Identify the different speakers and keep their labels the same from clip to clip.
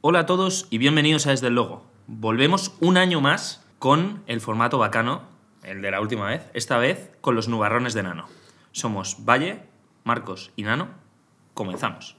Speaker 1: Hola a todos y bienvenidos a Desde el Logo. Volvemos un año más con el formato bacano, el de la última vez, esta vez con los nubarrones de Nano. Somos Valle, Marcos y Nano. Comenzamos.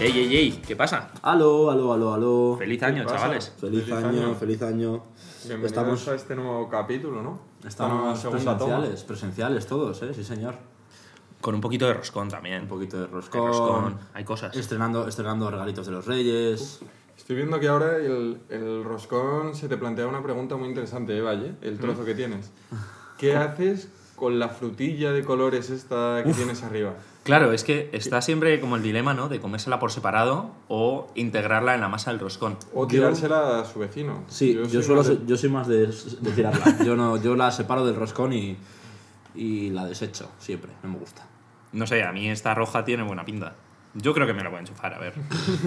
Speaker 1: ¡Ey, ey, ey! ¿Qué pasa?
Speaker 2: Aló, aló, aló, aló. Feliz,
Speaker 1: Feliz año,
Speaker 3: pasa?
Speaker 1: chavales.
Speaker 3: Feliz
Speaker 2: año,
Speaker 3: año.
Speaker 2: feliz año.
Speaker 3: Bienvenidos
Speaker 2: Estamos,
Speaker 3: a este nuevo capítulo, ¿no? Esta nueva
Speaker 2: estamos
Speaker 3: segunda toma.
Speaker 2: presenciales, presenciales todos, ¿eh? Sí, señor.
Speaker 1: Con un poquito de roscón
Speaker 2: Un
Speaker 1: también.
Speaker 2: poquito de
Speaker 1: Hay
Speaker 2: roscón.
Speaker 1: roscón, hay cosas.
Speaker 2: Estrenando, estrenando regalitos de los reyes.
Speaker 3: Estoy viendo que ahora el, el roscón se te plantea una pregunta muy interesante, ¿eh, Valle?
Speaker 2: ¿Mm?
Speaker 3: El trozo que tienes. ¿Qué haces con la frutilla de colores esta que tienes arriba?
Speaker 1: Claro, es que está siempre como el dilema, ¿no? De comérsela por separado o integrarla en la masa del roscón.
Speaker 3: O
Speaker 2: Yo-
Speaker 3: tirársela a su vecino.
Speaker 2: Sí, yo,
Speaker 3: soy
Speaker 2: suelo
Speaker 3: más de-
Speaker 2: ser- yo soy más de, de tirarla. yo, no, yo la separo del roscón y, y la desecho siempre. No me gusta.
Speaker 1: No sé, a mí esta roja tiene buena pinta. Yo creo que me la voy a enchufar, a ver.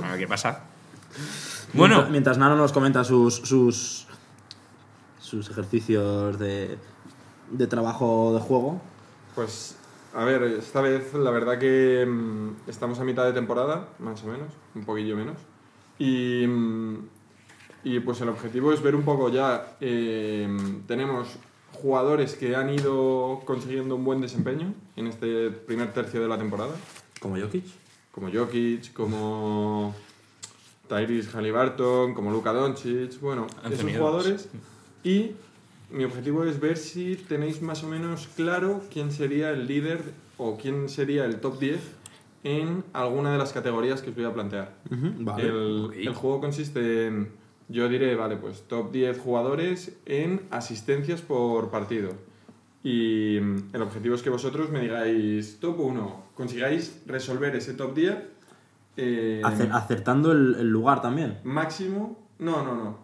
Speaker 1: A ver qué pasa. Bueno,
Speaker 2: Mientras, mientras Nano nos comenta sus, sus, sus ejercicios de, de trabajo de juego.
Speaker 3: Pues, a ver, esta vez la verdad que mm, estamos a mitad de temporada, más o menos, un poquillo menos. Y, mm, y pues el objetivo es ver un poco ya, eh, tenemos jugadores que han ido consiguiendo un buen desempeño en este primer tercio de la temporada,
Speaker 2: Como Jokic.
Speaker 3: como Jokic, como Tyrese Halliburton, como Luka Doncic, bueno,
Speaker 1: Anthony
Speaker 3: esos
Speaker 1: Edwards.
Speaker 3: jugadores. Y mi objetivo es ver si tenéis más o menos claro quién sería el líder o quién sería el top 10 en alguna de las categorías que os voy a plantear.
Speaker 2: Vale.
Speaker 3: el,
Speaker 1: ok.
Speaker 3: el juego consiste en, yo diré, vale, pues top 10 jugadores en asistencias por partido. Y mm, el objetivo es que vosotros me digáis top 1, consigáis resolver ese top 10 eh,
Speaker 2: Ace- acertando el- el lugar también.
Speaker 3: máximo. No, no, no.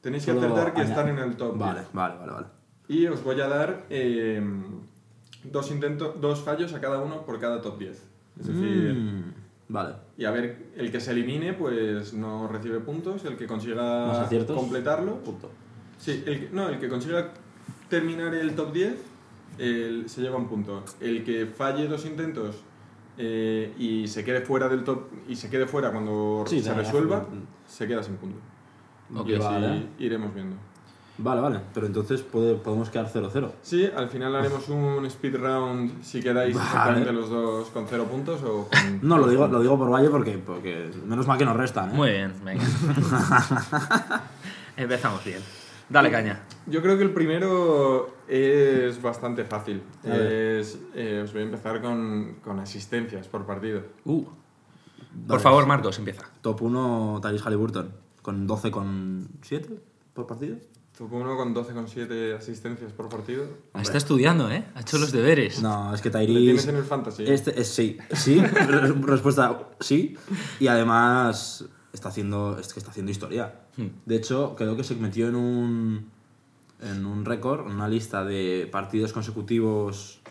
Speaker 3: Tenéis que
Speaker 2: Solo
Speaker 3: acertar que
Speaker 2: añade.
Speaker 3: están en el top 10.
Speaker 2: Vale, vale, vale, vale.
Speaker 3: Y os voy a dar eh, dos, intentos, dos fallos a cada uno por cada top 10. Es decir,
Speaker 2: Mm, vale.
Speaker 3: y a ver, el que se elimine, pues no recibe puntos. El que
Speaker 2: ¿Más
Speaker 3: consiga
Speaker 2: aciertos?
Speaker 3: Ah, completarlo.
Speaker 2: Punto.
Speaker 3: Sí, el, que- no, el que consiga terminar el top 10 el- se lleva un punto. El que falle dos intentos eh, y se quede fuera del top y se quede fuera cuando
Speaker 2: Sí,
Speaker 3: se
Speaker 2: nada,
Speaker 3: resuelva,
Speaker 2: nada.
Speaker 3: se queda sin punto.
Speaker 2: Ok,
Speaker 3: y así
Speaker 2: vale.
Speaker 3: iremos viendo.
Speaker 2: ¿eh? Vale, vale. Pero entonces puede- podemos quedar 0-0.
Speaker 3: Sí, al final haremos un speed round si quedáis
Speaker 2: Vale.
Speaker 3: exactamente los dos con cero puntos o con...
Speaker 2: No, lo digo, lo digo por Valle porque, porque menos mal que nos restan, ¿eh?
Speaker 1: muy bien, venga. Empezamos bien. Dale caña.
Speaker 3: Yo creo que el primero es bastante fácil.
Speaker 2: A ver.
Speaker 3: Es, eh, os voy a empezar con, con asistencias por partido.
Speaker 1: Uh. Por
Speaker 2: Vale.
Speaker 1: favor, Marcos, empieza.
Speaker 2: Top 1, Tyrese Halliburton. Con 12,7 por partido.
Speaker 3: Top uno con 12,7 asistencias por partido.
Speaker 1: Está estudiando, ¿eh? Ha hecho los deberes.
Speaker 2: No, es que
Speaker 3: ¿Le tienes en
Speaker 2: Tyrese...
Speaker 3: el fantasy?
Speaker 2: Este es sí. Sí. Res- Respuesta sí. Y además está haciendo, es que está haciendo historia.
Speaker 1: Hmm.
Speaker 2: De hecho, creo que se metió en un, en un récord, en una lista de partidos consecutivos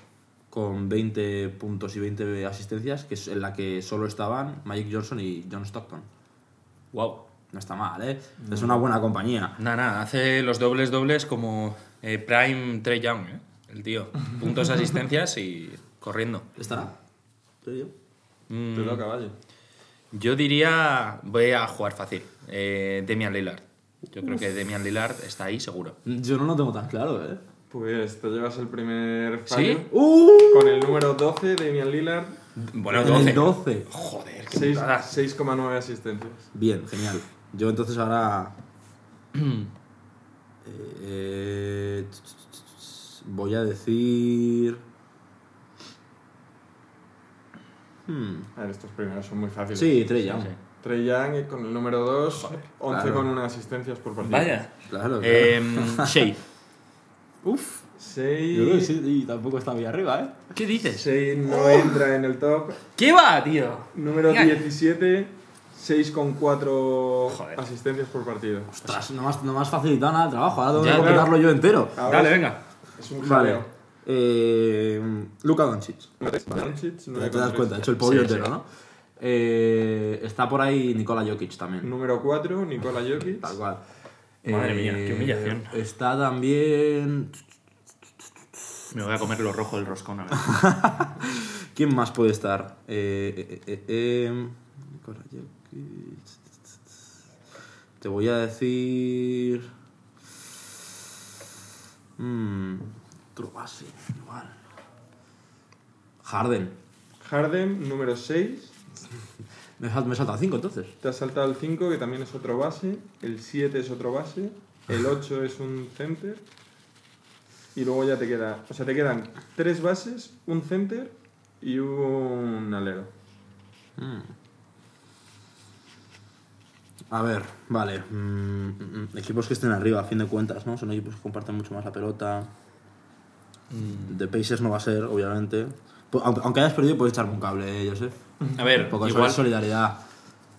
Speaker 2: con 20 puntos y 20 asistencias, que es en la que solo estaban Magic Johnson y John Stockton.
Speaker 1: Wow.
Speaker 2: No está mal, ¿eh? Es una buena compañía.
Speaker 1: Nada, nada, hace los dobles dobles como eh, Prime Trey Young, ¿eh? El tío. Puntos, asistencias y corriendo.
Speaker 2: ¿Estará? ¿Te digo?
Speaker 3: Te toca, vale.
Speaker 1: Yo diría, voy a jugar fácil. Eh, Demian Lillard. Yo creo que Demian Lillard está ahí seguro.
Speaker 2: Yo no lo tengo tan claro, ¿eh?
Speaker 3: Pues te llevas el primer
Speaker 1: ¿Sí?
Speaker 3: fallo.
Speaker 2: ¡Uh!
Speaker 3: Con el número 12, Damian Lillard,
Speaker 1: Bueno,
Speaker 2: En
Speaker 1: 12.
Speaker 2: el 12.
Speaker 1: Joder, qué
Speaker 3: seis-
Speaker 1: putada.
Speaker 3: 6,9 asistencias.
Speaker 2: Bien, genial. Yo entonces ahora... Eh, eh, voy a decir... Hmm.
Speaker 3: A ver, estos primeros son muy fáciles.
Speaker 2: Sí, Trey Young.
Speaker 1: Sí.
Speaker 3: Trey Young con el número 2, 11,1
Speaker 2: claro.
Speaker 3: asistencias por partido.
Speaker 1: Vaya.
Speaker 2: Claro, claro.
Speaker 1: Eh, Shea.
Speaker 2: Uf. Yo creo que
Speaker 3: 6.
Speaker 2: sí, y tampoco está muy arriba, ¿eh?
Speaker 1: ¿Qué dices?
Speaker 3: no entra en el top.
Speaker 1: ¿Qué va, tío?
Speaker 3: Número
Speaker 1: Mira.
Speaker 3: 17, 6,4
Speaker 1: Joder.
Speaker 3: asistencias por partido.
Speaker 2: Ostras, no me has, no me has facilitado nada el trabajo. Ahora tengo
Speaker 1: Ya,
Speaker 2: que
Speaker 1: claro.
Speaker 2: completarlo yo entero.
Speaker 3: Ahora
Speaker 1: Dale,
Speaker 3: es-
Speaker 1: venga.
Speaker 3: Es un
Speaker 2: Vale.
Speaker 3: jaleo.
Speaker 2: Eh, Luka Doncic.
Speaker 3: Doncic,
Speaker 2: Te
Speaker 3: nueve
Speaker 2: te das
Speaker 3: con
Speaker 2: cuenta, he
Speaker 3: tres.
Speaker 2: hecho el podio
Speaker 1: Sí,
Speaker 2: entero,
Speaker 1: sí.
Speaker 2: ¿no? Eh, está por ahí Nikola Jokic también.
Speaker 3: Número 4, Nikola Jokic.
Speaker 2: Tal cual. Eh,
Speaker 1: Madre mía, qué humillación.
Speaker 2: Está también.
Speaker 1: Me voy a comer lo rojo del roscón. A ver.
Speaker 2: ¿Quién más puede estar? Eh, eh, eh, eh, eh, Nikola Jokic. Te voy a decir. Mm, otro base, igual. Harden.
Speaker 3: Harden, número 6.
Speaker 2: Me, sal- me saltan cinco entonces.
Speaker 3: Te has saltado el 5, que también es otro base. El 7 es otro base. El 8 es un center. Y luego ya te queda. O sea, te quedan tres bases, un center y un alero.
Speaker 2: A ver, vale. mm, mm, mm, equipos que estén arriba, a fin de cuentas, ¿no? Son equipos que comparten mucho más la pelota.
Speaker 1: Mm.
Speaker 2: De Pacers no va a ser, obviamente. Pu- Aunque, aunque hayas perdido, puedes echarme un cable, eh, Joseph.
Speaker 1: A ver,
Speaker 2: Porque eso
Speaker 1: igual.
Speaker 2: es solidaridad.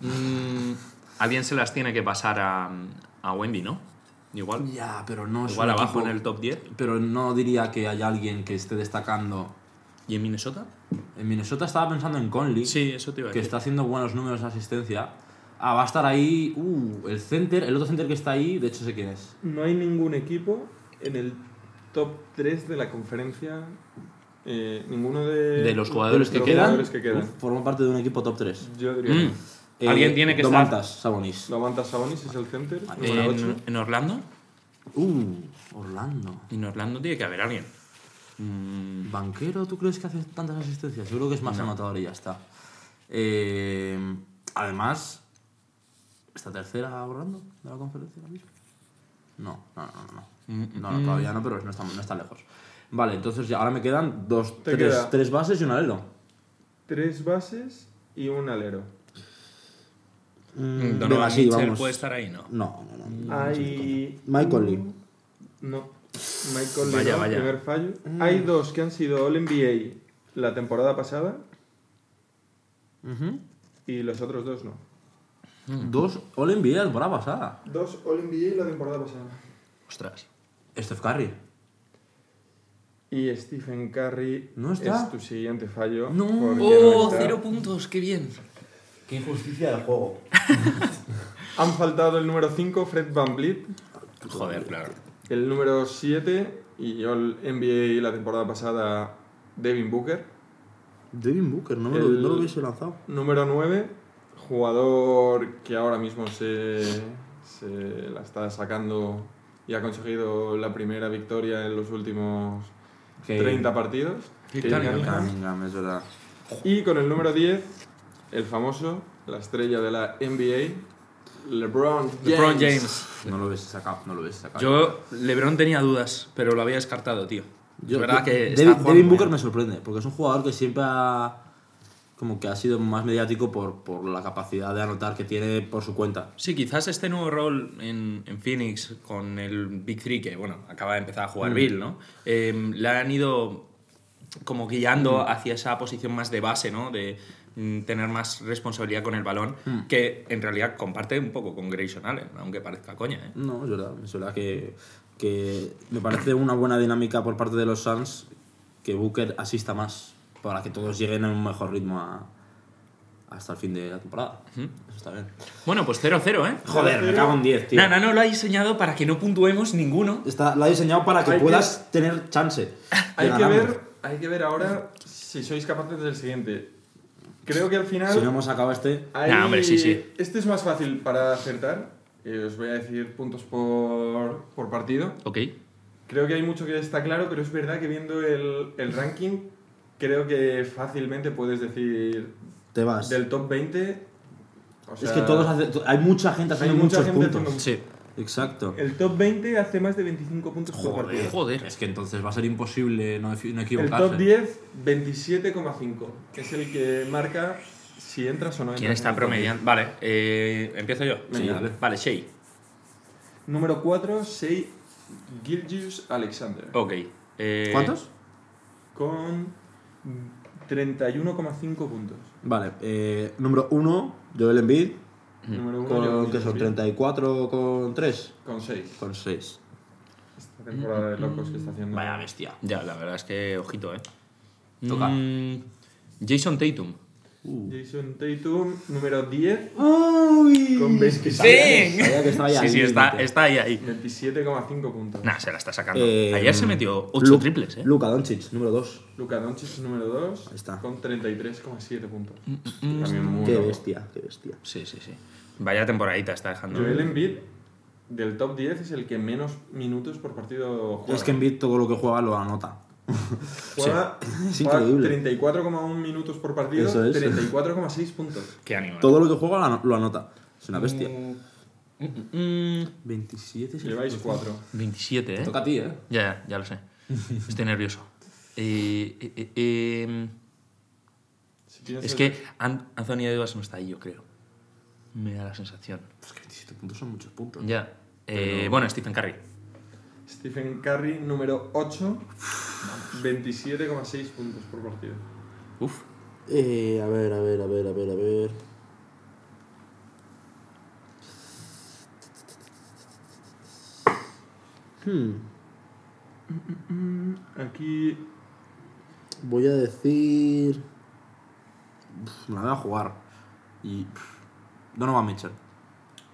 Speaker 1: mm, alguien se las tiene que pasar a, a Wemby, ¿no? Igual.
Speaker 2: Ya, pero no es.
Speaker 1: Igual
Speaker 2: un
Speaker 1: abajo
Speaker 2: equipo-
Speaker 1: en el top 10.
Speaker 2: Pero no diría que haya alguien que esté destacando.
Speaker 1: ¿Y en Minnesota?
Speaker 2: En Minnesota estaba pensando en Conley,
Speaker 1: Sí, eso te iba a
Speaker 2: que
Speaker 1: decir.
Speaker 2: está haciendo buenos números de asistencia. Ah, va a estar ahí. Uh, el center, el otro center que está ahí, de hecho sé quién es.
Speaker 3: No hay ningún equipo en el top 3 de la conferencia. eh, ninguno de,
Speaker 1: De los jugadores
Speaker 3: de los
Speaker 1: que quedan.
Speaker 3: jugadores que quedan.
Speaker 2: Uf, forma parte de un equipo top 3.
Speaker 3: Yo diría.
Speaker 1: Mm, Alguien tiene que estar-
Speaker 2: Domantas, Eh, Sabonis.
Speaker 3: Domantas Sabonis es el center, número 8.
Speaker 1: ¿En, en Orlando?
Speaker 2: Uh, Orlando.
Speaker 1: En Orlando tiene que haber alguien. Mm,
Speaker 2: ¿Banquero tú crees que hace tantas asistencias? Yo creo que es más anotador y ya está. Eh, además, ¿está tercera Orlando de la conferencia ahora mismo? No, no, no, no.
Speaker 1: Mm,
Speaker 2: No, no, no, todavía no, pero no está, no está lejos. Vale, entonces ya ahora me quedan dos,
Speaker 3: Te
Speaker 2: tres,
Speaker 3: queda-
Speaker 2: tres bases y un alero.
Speaker 3: Tres bases y un alero.
Speaker 2: Mm,
Speaker 1: Donovan
Speaker 2: venga, sí,
Speaker 1: Mitchell
Speaker 2: vamos.
Speaker 1: puede estar ahí, ¿no?
Speaker 2: No, no, no.
Speaker 3: Hay.
Speaker 2: Michael Lee.
Speaker 3: No. Michael Lee,
Speaker 1: Vaya,
Speaker 3: no,
Speaker 1: vaya.
Speaker 3: primer fallo. Hay dos que han sido All NBA la temporada pasada
Speaker 2: Ujú.
Speaker 3: y los otros dos no.
Speaker 2: Dos All NBA por la pasada.
Speaker 3: Dos All NBA la temporada pasada.
Speaker 1: Ostras.
Speaker 2: Steph Curry.
Speaker 3: Y Stephen Curry
Speaker 2: No está.
Speaker 3: es tu siguiente fallo.
Speaker 2: No.
Speaker 3: porque
Speaker 1: ¡Oh!
Speaker 3: está.
Speaker 1: Cero puntos, qué bien.
Speaker 2: Qué injusticia del juego.
Speaker 3: Han faltado el número 5, Fred Van Vliet,
Speaker 1: Joder, claro.
Speaker 3: el número 7 y All NBA la temporada pasada, Devin Booker.
Speaker 2: Devin Booker, no, me
Speaker 3: El-
Speaker 2: lo, no lo hubiese lanzado.
Speaker 3: Número 9, jugador que ahora mismo se, se la está sacando y ha conseguido la primera victoria en los últimos
Speaker 1: Eh,
Speaker 2: Que-
Speaker 3: 30 partidos.
Speaker 1: Kate
Speaker 3: Kate
Speaker 1: Cunningham.
Speaker 3: Cunningham.
Speaker 2: Cunningham, es verdad.
Speaker 3: Y con el número 10, el famoso, la estrella de la NBA, LeBron James.
Speaker 1: LeBron James.
Speaker 2: No lo hubiese sacado, no lo hubiese sacado.
Speaker 1: Yo, LeBron tenía dudas, pero lo había descartado, tío.
Speaker 2: Yo-
Speaker 1: es verdad
Speaker 2: yo-
Speaker 1: que.
Speaker 2: Devin,
Speaker 1: está jugando
Speaker 2: Devin
Speaker 1: muy
Speaker 2: Booker
Speaker 1: bien.
Speaker 2: me sorprende, porque es un jugador que siempre ha. Como que ha sido más mediático por, por la capacidad de anotar que tiene por su cuenta.
Speaker 1: Sí, quizás este nuevo rol en, en Phoenix con el Big Three, que bueno, acaba de empezar a
Speaker 2: Mm.
Speaker 1: jugar Bill, ¿no? Eh, le han ido como guiando
Speaker 2: Mm.
Speaker 1: hacia esa posición más de base, ¿no? De mm, tener más responsabilidad con el balón,
Speaker 2: Mm.
Speaker 1: que en realidad comparte un poco con Grayson Allen, aunque parezca coña, ¿eh?
Speaker 2: No, es verdad, es verdad que, que me parece una buena dinámica por parte de los Suns que Booker asista más para que todos lleguen a un mejor ritmo a- hasta el fin de la temporada. Eso está bien.
Speaker 1: Bueno, pues 0-0, ¿eh?
Speaker 2: Joder, me cago en 10, tío.
Speaker 1: Nana no lo ha diseñado para que no puntuemos ninguno.
Speaker 2: Está, la ha diseñado para que
Speaker 3: Hay que-
Speaker 2: puedas tener chance. de
Speaker 3: Hay que,
Speaker 2: ganarlo.
Speaker 3: ver, hay que ver ahora si sois capaces del siguiente. Creo que al final...
Speaker 2: Si no hemos sacado este.
Speaker 3: hay-
Speaker 1: Nah, hombre, sí, sí.
Speaker 3: Este es más fácil para acertar. Eh, os voy a decir puntos por, por partido.
Speaker 1: Ok.
Speaker 3: Creo que hay mucho que está claro, pero es verdad que viendo el, el ranking, creo que fácilmente puedes decir
Speaker 2: Te vas.
Speaker 3: del top 20. o
Speaker 2: es
Speaker 3: sea,
Speaker 2: que todos hace- to- hay mucha gente
Speaker 3: hay
Speaker 2: haciendo
Speaker 3: mucha
Speaker 2: muchos
Speaker 3: gente
Speaker 2: puntos.
Speaker 3: haciendo-
Speaker 1: Sí.
Speaker 2: Exacto.
Speaker 3: El top 20 hace más de 25 puntos por partido.
Speaker 1: Joder.
Speaker 2: Es que entonces va a ser imposible no, equi- no
Speaker 3: El
Speaker 2: equivocarse.
Speaker 3: top 10, 27,5. que Es el que marca si entras o no entras.
Speaker 1: ¿Quién
Speaker 3: en
Speaker 1: está
Speaker 3: el top 10.
Speaker 1: promediando? Vale, eh, empiezo yo.
Speaker 2: Sí, dale.
Speaker 1: Vale, Shea.
Speaker 3: Número 4, 6, Gilgius Alexander.
Speaker 1: Ok. eh,
Speaker 2: ¿Cuántos?
Speaker 3: Con 31,5 puntos.
Speaker 2: Vale, eh, número 1, Joel Embiid,
Speaker 3: Número 1,
Speaker 2: con, que son 34 con 3,
Speaker 3: Con 6.
Speaker 2: con 6.
Speaker 3: Esta temporada de locos que está haciendo.
Speaker 2: Vaya bestia.
Speaker 1: Ya, la verdad es que, ojito, ¿eh?
Speaker 2: Toca.
Speaker 1: Mm, Jason Tatum.
Speaker 2: Uh.
Speaker 3: Jason Tatum, número 10,
Speaker 2: ¡Uy!
Speaker 3: con 27,5
Speaker 1: ¡Sí!
Speaker 2: Sabía que estaba ya
Speaker 1: Sí,
Speaker 2: al
Speaker 1: sí, está,
Speaker 2: límite.
Speaker 1: está ahí, ahí.
Speaker 3: 27,5 puntos.
Speaker 1: Nah, se la está sacando.
Speaker 2: Eh,
Speaker 1: Ayer se metió 8
Speaker 2: Lu-
Speaker 1: triples, ¿eh?
Speaker 2: Luka Doncic, número 2.
Speaker 3: Luka Doncic, número 2,
Speaker 2: Ahí está.
Speaker 3: con 33,7 puntos. También muy
Speaker 2: Qué
Speaker 3: loco.
Speaker 2: bestia, qué bestia.
Speaker 1: Sí, sí, sí. Vaya temporadita está dejando.
Speaker 3: Joel Embiid, del top 10, es el que menos minutos por partido juega.
Speaker 2: Es que Embiid todo lo que juega lo anota.
Speaker 3: juega,
Speaker 2: Es
Speaker 3: juega
Speaker 2: increíble.
Speaker 3: 34,1 minutos por partido,
Speaker 2: Eso es.
Speaker 3: 34,6 puntos.
Speaker 1: Qué ánimo. eh.
Speaker 2: Todo lo que juega lo ano- lo anota. Es una bestia.
Speaker 3: Mm,
Speaker 1: Mm,
Speaker 2: 27
Speaker 3: Lleváis 4.
Speaker 1: 27, ¿eh?
Speaker 2: Toca a ti, ¿eh?
Speaker 1: Ya, ya, ya lo sé. Estoy nervioso. Eh, eh, eh, eh,
Speaker 3: Si tienes
Speaker 1: es
Speaker 3: el-
Speaker 1: que An- Anthony Edwards no está ahí, yo creo. Me da la sensación.
Speaker 2: Pues que 27 puntos son muchos puntos.
Speaker 1: Ya. Eh, Bueno, Stephen Curry.
Speaker 3: Stephen Curry, número 8, 27,6 puntos por partido.
Speaker 1: Uf.
Speaker 2: Eh, a ver, a ver, a ver, a ver, a ver. Hmm,
Speaker 3: Aquí
Speaker 2: voy a decir. Uf, me la voy a jugar. Y. pff, Donovan Mitchell.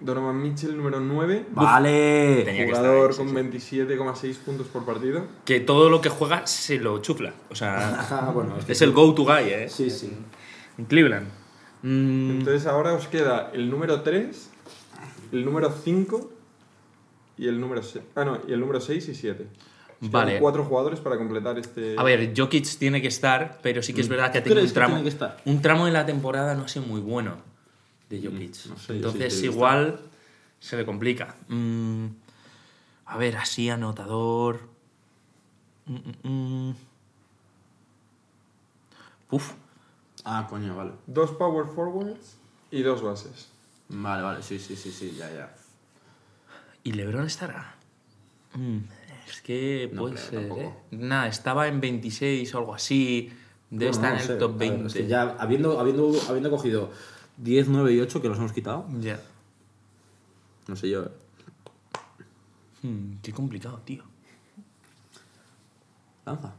Speaker 3: Donovan Mitchell, número 9,
Speaker 2: Vale.
Speaker 1: Tenía que
Speaker 3: jugador
Speaker 1: estar ahí, sí,
Speaker 3: con 27,6 puntos por partido.
Speaker 1: Que todo lo que juega se lo chufla. O sea,
Speaker 2: Ah, bueno, es que-
Speaker 1: es el go-to guy, ¿eh?
Speaker 2: Sí, sí.
Speaker 1: En Cleveland. Mm,
Speaker 3: Entonces ahora os queda el número 3, el número 5 y el número 6. Ah, no, y el número 6 y 7.
Speaker 1: Vale.
Speaker 3: cuatro jugadores para completar este.
Speaker 1: A ver, Jokic tiene que estar, pero sí que es verdad que ha
Speaker 2: Mm. ¿Tú
Speaker 1: tenido
Speaker 2: crees
Speaker 1: un
Speaker 2: que
Speaker 1: tramo.
Speaker 2: tiene que estar?
Speaker 1: Un tramo de la temporada no ha sido muy bueno de Jokic.
Speaker 2: Mm, no sé, yo
Speaker 1: Entonces,
Speaker 2: sí te he visto.
Speaker 1: igual se le complica. Mm, a ver, así anotador. Mm, mm, mm. Uf,
Speaker 2: Ah, coño, vale.
Speaker 3: Dos power forwards y dos bases.
Speaker 2: Vale, vale, sí, sí, sí, sí, ya, ya.
Speaker 1: ¿y LeBron estará? Mm, es que
Speaker 2: No
Speaker 1: puede
Speaker 2: creo,
Speaker 1: ser,
Speaker 2: tampoco.
Speaker 1: ¿eh? Nah, estaba en 26 o algo así. Debe
Speaker 2: Bueno,
Speaker 1: estar
Speaker 2: no
Speaker 1: en
Speaker 2: sé,
Speaker 1: el
Speaker 2: a
Speaker 1: top
Speaker 2: ver,
Speaker 1: 20.
Speaker 2: es que ya habiendo, habiendo, habiendo cogido 10, 9 y 8 que los hemos quitado,
Speaker 1: Ya.
Speaker 2: no sé yo. eh.
Speaker 1: Mm, qué complicado, tío.
Speaker 2: Lanza.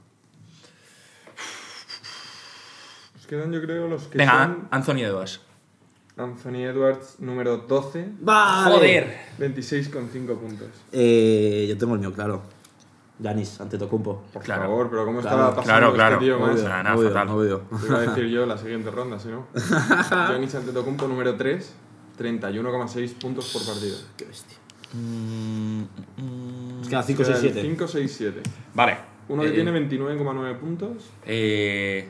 Speaker 3: Os quedan, yo creo, los que
Speaker 1: Venga, ah,
Speaker 3: son
Speaker 1: Anthony Edwards.
Speaker 3: Anthony Edwards, número 12,
Speaker 2: ¡Vale!
Speaker 1: ¡Joder!
Speaker 3: 26,5 puntos.
Speaker 2: Eh, yo tengo el mío, claro. Yanis, ante Tocumpo.
Speaker 3: Por
Speaker 1: Claro.
Speaker 3: favor, pero ¿cómo
Speaker 2: Claro,
Speaker 3: estaba pasando
Speaker 1: claro, claro.
Speaker 3: este tío más?
Speaker 1: Obvio. nada, nada, fatal.
Speaker 3: Te iba a decir yo la siguiente ronda, si no. Johnny Antetokounmpo, número 3, 31,6 puntos por partido.
Speaker 2: Qué bestia.
Speaker 1: Mm, mm,
Speaker 2: Nos queda 5, 6, 7.
Speaker 3: 5, 6, 7.
Speaker 1: Vale.
Speaker 3: Uno que
Speaker 1: Eh,
Speaker 3: tiene 29,9 puntos.
Speaker 1: eh,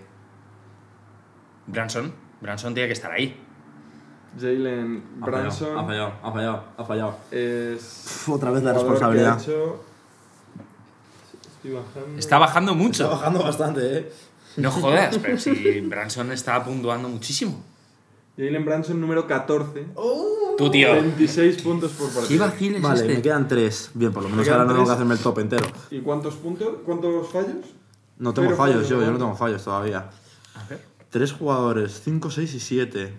Speaker 1: Branson. Branson tiene que estar ahí.
Speaker 3: Jalen Branson.
Speaker 2: Ha fallado, ha fallado, ha fallado.
Speaker 3: Es.
Speaker 2: Otra vez la
Speaker 3: jugador que
Speaker 2: responsabilidad.
Speaker 3: ha hecho- Estoy bajando.
Speaker 1: Está bajando
Speaker 2: Está
Speaker 1: mucho.
Speaker 2: bajando bastante, eh.
Speaker 1: No jodas, pero si Branson está puntuando muchísimo.
Speaker 3: Jalen Branson, número 14.
Speaker 1: Tú, tío.
Speaker 3: 26 puntos por
Speaker 1: ¿Qué
Speaker 3: partido.
Speaker 1: vacil es
Speaker 2: Vale,
Speaker 1: este?
Speaker 2: me quedan 3. Bien, por lo menos
Speaker 3: quedan
Speaker 2: ahora no tengo que
Speaker 3: tres.
Speaker 2: hacerme el top entero.
Speaker 3: ¿Y cuántos puntos? ¿Cuántos fallos?
Speaker 2: No tengo
Speaker 3: Pero
Speaker 2: fallos
Speaker 3: fallos,
Speaker 2: yo, yo no
Speaker 3: ¿no?
Speaker 2: tengo fallos todavía.
Speaker 1: A ver.
Speaker 2: Tres jugadores, 5, 6 y 7.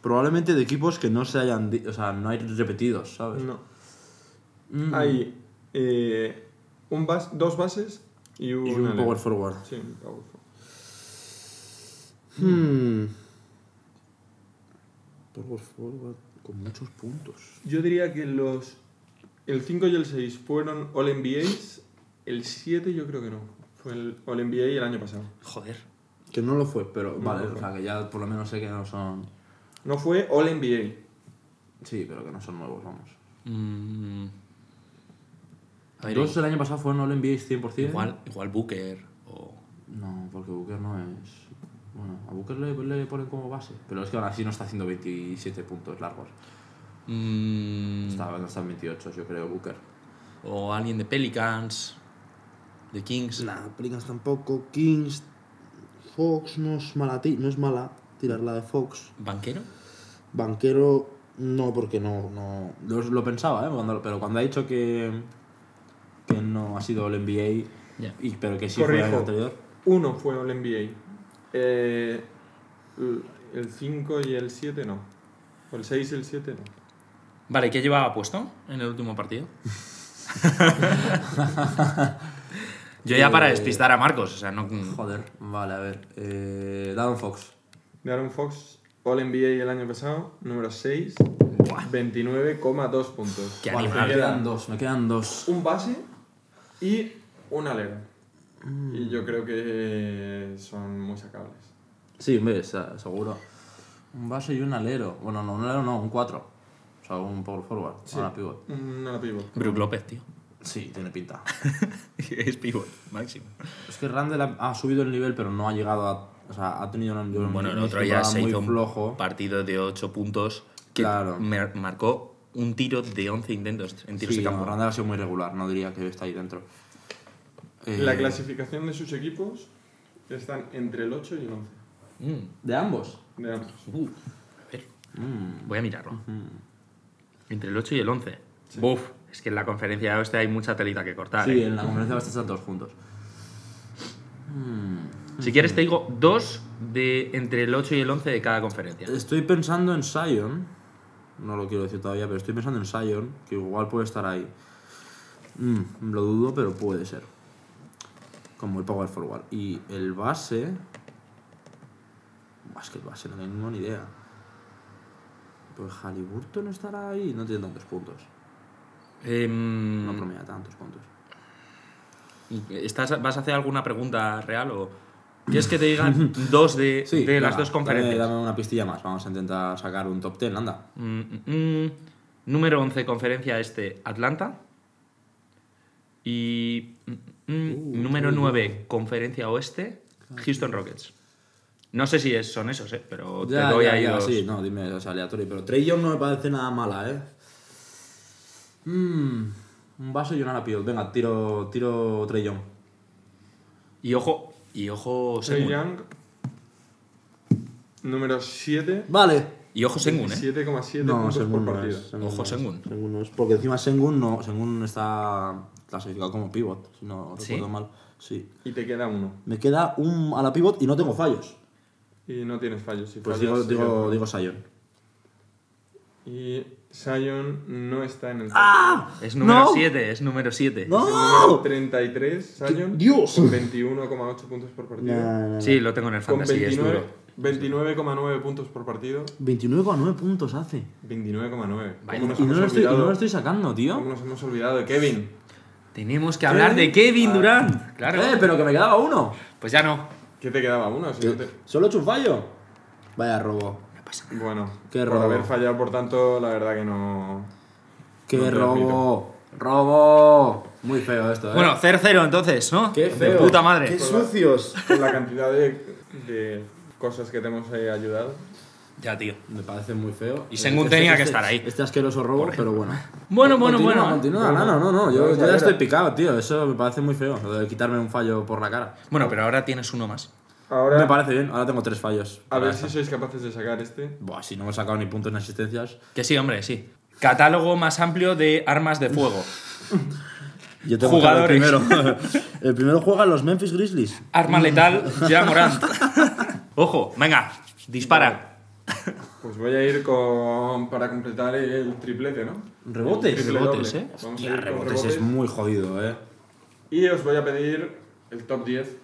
Speaker 2: Probablemente de equipos que no se hayan. di- O sea, no hay repetidos, ¿sabes?
Speaker 3: No.
Speaker 2: Mm,
Speaker 3: Hay eh, un bas- dos bases y un,
Speaker 2: Y un
Speaker 3: alero.
Speaker 2: power forward.
Speaker 3: Sí, un power forward.
Speaker 2: Hmm. Power forward con muchos puntos.
Speaker 3: Yo diría que los el 5 y el 6 fueron All NBAs, el 7 yo creo que no. Fue el All NBA el año pasado.
Speaker 1: Joder.
Speaker 2: Que no lo fue, pero vale,
Speaker 3: lo
Speaker 2: o
Speaker 3: fue.
Speaker 2: sea que ya por lo menos sé que no son.
Speaker 3: No fue All NBA.
Speaker 2: Sí, pero que no son nuevos, vamos.
Speaker 1: Mm, a ver,
Speaker 2: Dos el año pasado fueron All NBAs 100%.
Speaker 1: igual, igual Booker o...
Speaker 2: No, porque Booker no es. Bueno, a Booker le, le ponen como base. Pero es que ahora sí no está haciendo 27 puntos largos.
Speaker 1: mm,
Speaker 2: Está, no está en 28, yo creo, Booker.
Speaker 1: o alguien de Pelicans, de Kings.
Speaker 2: Nah, Pelicans tampoco. Kings. Fox no es mala, ti- no es mala tirarla de Fox.
Speaker 1: ¿Banquero?
Speaker 2: Banquero, no, porque no. no lo, lo pensaba, ¿eh? Cuando- pero cuando ha dicho que. que no ha sido el NBA.
Speaker 1: Ya.
Speaker 2: y- pero que sí fue el año
Speaker 3: Corrijo.
Speaker 2: anterior.
Speaker 3: Uno fue All NBA. Eh, el 5 y el 7 no. O el 6 y el 7 no.
Speaker 1: Vale, ¿qué llevaba puesto en el último partido? Yo ya para
Speaker 2: Eh,
Speaker 1: despistar a Marcos, o sea, no.
Speaker 2: Joder, vale, a ver. Eh, Darren Fox.
Speaker 3: De Aaron Fox, All NBA el año pasado, número 6,
Speaker 1: Buah.
Speaker 3: 29,2 puntos.
Speaker 1: Qué
Speaker 2: Buah,
Speaker 1: animal.
Speaker 2: Me quedan dos, me quedan dos.
Speaker 3: Un base y un alero. Y
Speaker 2: Mm.
Speaker 3: yo creo que son muy sacables.
Speaker 2: Sí, hombre, se- seguro. Un base y un alero. Bueno, no, un alero no, un cuatro. O sea, un power forward, una pivot.
Speaker 3: Un ala pivot.
Speaker 1: Brook López, tío.
Speaker 2: Sí, tiene pinta.
Speaker 1: es pivot, máximo.
Speaker 2: Es que Randall ha, ha subido el nivel, pero no ha llegado a. O sea, ha tenido un nivel
Speaker 1: Bueno, el otro día se
Speaker 2: muy
Speaker 1: hizo un
Speaker 2: flojo.
Speaker 1: partido de 8 puntos que
Speaker 2: Claro.
Speaker 1: mer- marcó un tiro de 11 intentos en tiros
Speaker 2: Sí,
Speaker 1: de
Speaker 2: no,
Speaker 1: campo.
Speaker 2: Randall ha sido muy regular, no diría que está ahí dentro. Eh,
Speaker 3: La clasificación de sus equipos están entre el 8 y el 11.
Speaker 1: Mm,
Speaker 2: ¿De ambos? Mm.
Speaker 3: De ambos.
Speaker 1: uh, a ver, voy a mirarlo. Entre el 8 y el 11. Buf, es que en la conferencia de oeste hay mucha telita que cortar.
Speaker 2: Sí,
Speaker 1: ¿eh?
Speaker 2: en la conferencia están todos juntos.
Speaker 1: Si
Speaker 2: Mm.
Speaker 1: quieres te digo dos de entre el 8 y el 11 de cada conferencia.
Speaker 2: Estoy pensando en Sion. No lo quiero decir todavía, pero estoy pensando en Sion, que igual puede estar ahí. Mm, lo dudo, pero puede ser. Como el power forward. Y el base... Buah, Es que el base no tengo ni idea. Pues Halliburton estará ahí. No tiene tantos puntos.
Speaker 1: Em,
Speaker 2: No promedia tantos puntos.
Speaker 1: ¿estás, ¿Vas a hacer alguna pregunta real o quieres que te digan dos de, de las
Speaker 2: venga,
Speaker 1: dos conferencias?
Speaker 2: Dame, dame una pistilla más. Vamos a intentar sacar un top 10, anda.
Speaker 1: Mm, mm, mm. Número 11, conferencia este, Atlanta. Y mm, mm,
Speaker 2: Uh,
Speaker 1: número
Speaker 2: uy.
Speaker 1: 9, conferencia oeste, Houston Rockets. No sé si es- son esos, eh, pero te
Speaker 2: Ya,
Speaker 1: doy
Speaker 2: ya,
Speaker 1: ahí
Speaker 2: ya,
Speaker 1: los-
Speaker 2: sí, no, dime, o sea, aleatorio. Pero Trey Young no me parece nada mala, ¿eh? Mm, un vaso y una lapio. Venga, tiro, tiro Trey Young.
Speaker 1: Y ojo, y ojo
Speaker 3: Trey
Speaker 1: Sengun.
Speaker 3: Young, número 7,
Speaker 2: Vale.
Speaker 1: Y ojo Sengun, eh.
Speaker 3: 7,7
Speaker 2: No,
Speaker 3: puntos
Speaker 2: Sengun
Speaker 3: por
Speaker 2: no
Speaker 3: partido.
Speaker 2: es. Sengun
Speaker 1: Ojo,
Speaker 2: no es,
Speaker 1: Sengun.
Speaker 2: Sengun no es, porque encima Sengun no, Sengun está clasificado como pivot, si no
Speaker 1: ¿Sí?
Speaker 2: recuerdo mal. Sí.
Speaker 3: Y te queda uno.
Speaker 2: Me queda un a la pivot y no tengo fallos.
Speaker 3: Y no tienes fallos. Si
Speaker 2: Pues digo,
Speaker 3: fallas,
Speaker 2: digo, digo Sion.
Speaker 3: Y Sion no está en el.
Speaker 1: Es número
Speaker 2: No.
Speaker 1: 7, es número 7.
Speaker 2: Ah,
Speaker 3: Es
Speaker 2: ¡No!
Speaker 3: el número 33, Sion.
Speaker 2: Dios.
Speaker 3: Con 21,8 puntos por partido.
Speaker 1: Sí, lo tengo en el
Speaker 3: Con
Speaker 1: fantasy, es
Speaker 3: 29
Speaker 1: duro.
Speaker 3: 29,9 puntos por partido.
Speaker 2: 29,9 puntos hace.
Speaker 3: 29,9.
Speaker 1: Vaya.
Speaker 3: ¿Cómo nos
Speaker 2: Y no,
Speaker 3: hemos
Speaker 2: lo estoy, y no
Speaker 3: olvidado?
Speaker 2: lo estoy sacando, tío.
Speaker 3: ¿Cómo nos hemos olvidado de Kevin?
Speaker 1: Tenemos que hablar de Kevin Durant. Claro.
Speaker 2: Ah. Eh, pero que me quedaba uno.
Speaker 1: Pues ya no.
Speaker 3: ¿Qué te quedaba? ¿Uno? Si no te-
Speaker 2: Solo he hecho un fallo. Vaya robo.
Speaker 3: Bueno,
Speaker 2: Qué
Speaker 3: por
Speaker 2: robo.
Speaker 3: haber fallado, por tanto, la verdad que no.
Speaker 2: Qué
Speaker 3: No te lo
Speaker 2: robo. Robo. Muy feo esto, eh.
Speaker 1: Bueno, 0-0 entonces, ¿no?
Speaker 2: Qué
Speaker 1: De
Speaker 2: feo.
Speaker 1: puta madre.
Speaker 4: ¡Qué sucios!
Speaker 3: Con la cantidad de, de cosas que te hemos eh, ayudado.
Speaker 1: Ya, tío.
Speaker 2: me parece muy feo.
Speaker 1: Y Sengun tenía que estar ahí.
Speaker 2: Este asqueroso robo, pero bueno.
Speaker 1: Bueno, bueno,
Speaker 2: Continúa,
Speaker 1: bueno. ¿eh?
Speaker 2: Continúa,
Speaker 3: Bueno,
Speaker 2: no, no, no. Yo,
Speaker 3: vamos
Speaker 2: yo
Speaker 3: a
Speaker 2: ya
Speaker 3: ver.
Speaker 2: estoy picado, tío. Eso me parece muy feo. Lo de quitarme un fallo por la cara.
Speaker 1: Bueno, pero ahora tienes uno más.
Speaker 2: Me
Speaker 3: Ahora,
Speaker 2: parece bien. Ahora tengo tres fallos.
Speaker 3: a ver
Speaker 2: Para
Speaker 3: si
Speaker 2: esta.
Speaker 3: sois capaces de sacar este.
Speaker 2: Buah, si no me he sacado ni puntos ni asistencias.
Speaker 1: Que sí, hombre, sí. Catálogo más amplio de armas de fuego.
Speaker 2: Yo tengo que
Speaker 1: Jugadores.
Speaker 2: ver el primero. el primero juegan los Memphis Grizzlies.
Speaker 1: Arma letal, ya Morant. Ojo, venga, dispara.
Speaker 3: Pues voy a ir con. para completar el triplete, ¿no?
Speaker 2: Rebotes.
Speaker 3: El triple
Speaker 1: Rebotes,
Speaker 3: doble.
Speaker 1: ¿eh?
Speaker 3: Vamos a
Speaker 2: Hostia,
Speaker 3: ir con
Speaker 2: rebotes es muy jodido, eh.
Speaker 3: Y os voy a pedir el top 10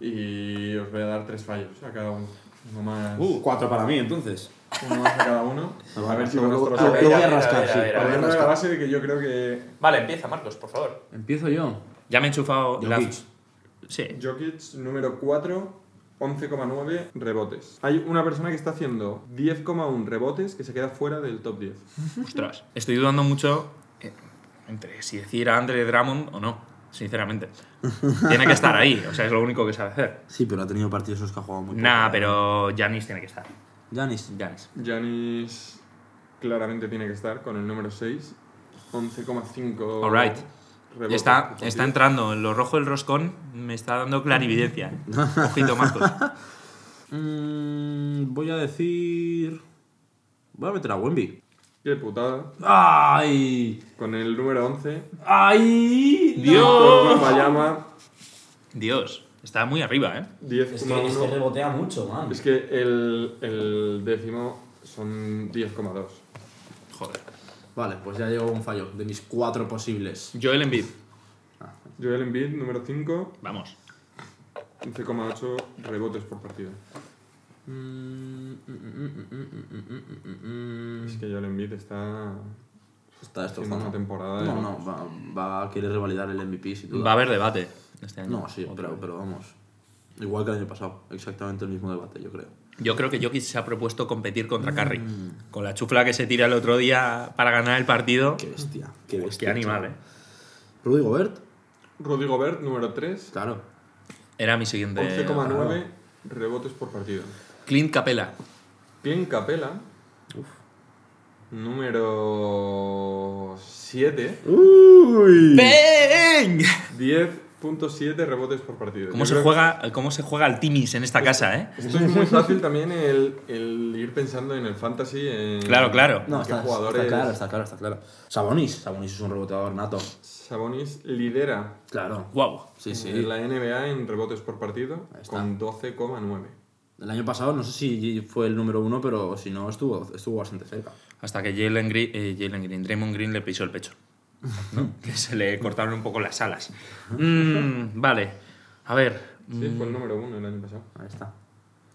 Speaker 3: y os voy a dar tres fallos a cada uno. Uno más,
Speaker 2: Uh, Ah, cuatro para mí, entonces.
Speaker 3: uno más a cada uno. A ver si con
Speaker 2: lo,
Speaker 3: nuestros
Speaker 2: lo- lo voy a
Speaker 4: ver, a
Speaker 2: rascar,
Speaker 4: ver,
Speaker 2: sí.
Speaker 4: a ver, a
Speaker 2: lo voy a
Speaker 3: Partiendo de la
Speaker 2: rascar.
Speaker 3: base de que yo creo que
Speaker 4: Vale, empieza, Marcos, por favor.
Speaker 2: Empiezo yo.
Speaker 1: Ya me he enchufado la...
Speaker 2: Jokic.
Speaker 1: Sí.
Speaker 3: Jokic número 4, 11,9 rebotes. Hay una persona que está haciendo 10,1 rebotes que se queda fuera del top 10.
Speaker 1: Ostras, estoy dudando mucho eh, entre si decir a Andre Drummond o no, sinceramente. Tiene que estar ahí, o sea, es lo único que sabe hacer.
Speaker 2: Sí, pero ha tenido partidos esos que ha jugado muy
Speaker 1: Nah, pero Janis tiene que estar.
Speaker 2: Janis.
Speaker 1: Giannis.
Speaker 3: Janis claramente tiene que estar con el número 6, 11,5
Speaker 1: Alright.
Speaker 3: rebotes.
Speaker 1: Está, está entrando en lo rojo el roscón, me está dando clarividencia. Ojito, Marcos.
Speaker 2: Mm, voy a decir. Voy a meter a Wemby.
Speaker 3: Qué putada.
Speaker 2: ¡Ay!
Speaker 3: Con el número 11,
Speaker 2: ¡Ay!
Speaker 3: Víctor Wembanyama,
Speaker 1: Dios, está muy arriba, ¿eh?
Speaker 3: 10,1.
Speaker 2: Es que, es que rebotea mucho, man.
Speaker 3: Es que el, el décimo son 10,2.
Speaker 1: Joder.
Speaker 2: Vale, pues ya llegó un fallo de mis cuatro posibles.
Speaker 1: Joel Embiid.
Speaker 3: Joel Embiid, número 5,
Speaker 1: Vamos.
Speaker 3: 11,8 rebotes por partido.
Speaker 2: Mm,
Speaker 1: Mm.
Speaker 3: Es que Joel Embiid está
Speaker 2: Está
Speaker 3: haciendo una
Speaker 2: destrozando.
Speaker 3: temporada. de
Speaker 2: No, no, va, va a querer revalidar el MVP sin duda.
Speaker 1: Va a haber debate este año.
Speaker 2: No, sí,
Speaker 1: Otra
Speaker 2: pero,
Speaker 1: vez.
Speaker 2: pero vamos. Igual que el año pasado, exactamente el mismo debate, yo creo.
Speaker 1: Yo creo que Jokic se ha propuesto competir contra Curry. Con la chufla que se tira el otro día para ganar el partido.
Speaker 2: Qué
Speaker 1: Qué,
Speaker 2: bestia, qué bestia.
Speaker 1: animal, eh.
Speaker 2: Rudy Gobert,
Speaker 3: Rudy Gobert, número 3,
Speaker 2: claro.
Speaker 1: Era mi siguiente.
Speaker 3: 11,9 rebotes por partido.
Speaker 1: Clint Capela.
Speaker 3: Clint Capela, número 7,
Speaker 2: Uy.
Speaker 1: ¡Bang!
Speaker 3: 10,7 rebotes por partido.
Speaker 1: ¿Cómo
Speaker 3: Yo
Speaker 1: se,
Speaker 3: creo
Speaker 1: juega, ¿Cómo se juega al Timis en esta casa, eh?
Speaker 3: que Esto es muy fácil también el, el ir pensando en el fantasy. en
Speaker 1: Claro, claro.
Speaker 2: No,
Speaker 3: qué
Speaker 2: está,
Speaker 3: jugadores.
Speaker 2: está claro, está claro, está claro. Sabonis, Sabonis es un reboteador nato.
Speaker 3: Sabonis lidera
Speaker 2: Claro.
Speaker 1: ¡Guau!
Speaker 2: Sí, sí.
Speaker 3: la NBA en rebotes por partido
Speaker 2: Ahí está.
Speaker 3: con 12,9.
Speaker 2: El año pasado no sé si fue el número uno, pero si no, estuvo, estuvo bastante cerca.
Speaker 1: Hasta que Jalen Green, eh, Jalen Green, Draymond Green le pisó el pecho. ¿no? que se le cortaron un poco las alas. Mm, vale. A ver.
Speaker 3: Sí, fue
Speaker 1: Mm.
Speaker 3: el número uno el año pasado.
Speaker 2: Ahí está.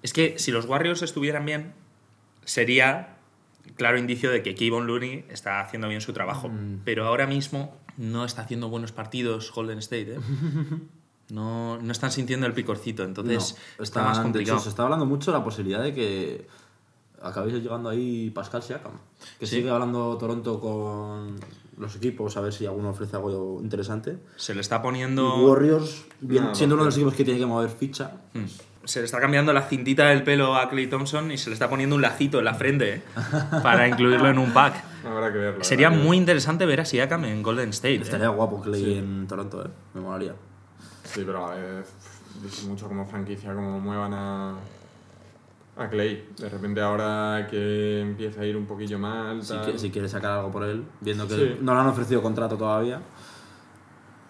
Speaker 1: Es que si los Warriors estuvieran bien, sería claro indicio de que Kevon Looney está haciendo bien su trabajo.
Speaker 2: Mm.
Speaker 1: Pero ahora mismo no está haciendo buenos partidos Golden State. ¿eh? No, no están sintiendo el picorcito, entonces
Speaker 2: No,
Speaker 1: está más
Speaker 2: están- de hecho,
Speaker 1: complicado.
Speaker 2: se está hablando mucho de la posibilidad de que acabéis llegando ahí Pascal Siakam. Que
Speaker 1: Sí.
Speaker 2: sigue hablando Toronto con los equipos a ver si alguno ofrece algo interesante.
Speaker 1: Se le está
Speaker 2: Y
Speaker 1: poniendo...
Speaker 2: Warriors, bien-
Speaker 3: Nada,
Speaker 2: siendo uno de los equipos que tiene que mover ficha.
Speaker 1: Mm. Se le está cambiando la cintita del pelo a Clay Thompson y se le está poniendo un lacito en la frente ¿eh? para incluirlo en un pack.
Speaker 3: Habrá que verlo.
Speaker 1: Sería
Speaker 3: habrá que
Speaker 1: muy interesante ver a Siakam en Golden State. ¿eh?
Speaker 2: Estaría guapo Clay en Toronto, ¿eh? me molaría.
Speaker 3: ver. Sí, pero a ver, dice mucho como franquicia, como muevan a, a Clay. De repente ahora que empieza a ir un poquillo mal.
Speaker 2: Si,
Speaker 3: tal.
Speaker 2: qui- si quieres sacar algo por él, viendo que
Speaker 3: Sí.
Speaker 2: no le han ofrecido contrato todavía.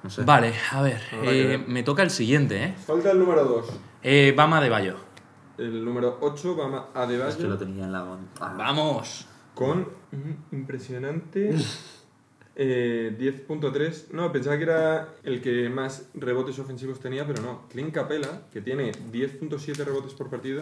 Speaker 2: No sé.
Speaker 1: Vale, a ver,
Speaker 3: Habrá que
Speaker 1: eh,
Speaker 3: ver.
Speaker 1: me toca el siguiente, ¿eh?
Speaker 3: Falta el número 2.
Speaker 1: Eh, Bama de Bayo.
Speaker 3: El número 8 va a Adebayo
Speaker 2: Es que lo tenía en la mano. Ah,
Speaker 1: Vamos.
Speaker 3: con un impresionante eh, 10.3. No, pensaba que era el que más rebotes ofensivos tenía, pero no. Clint Capela, que tiene 10.7 rebotes por partido,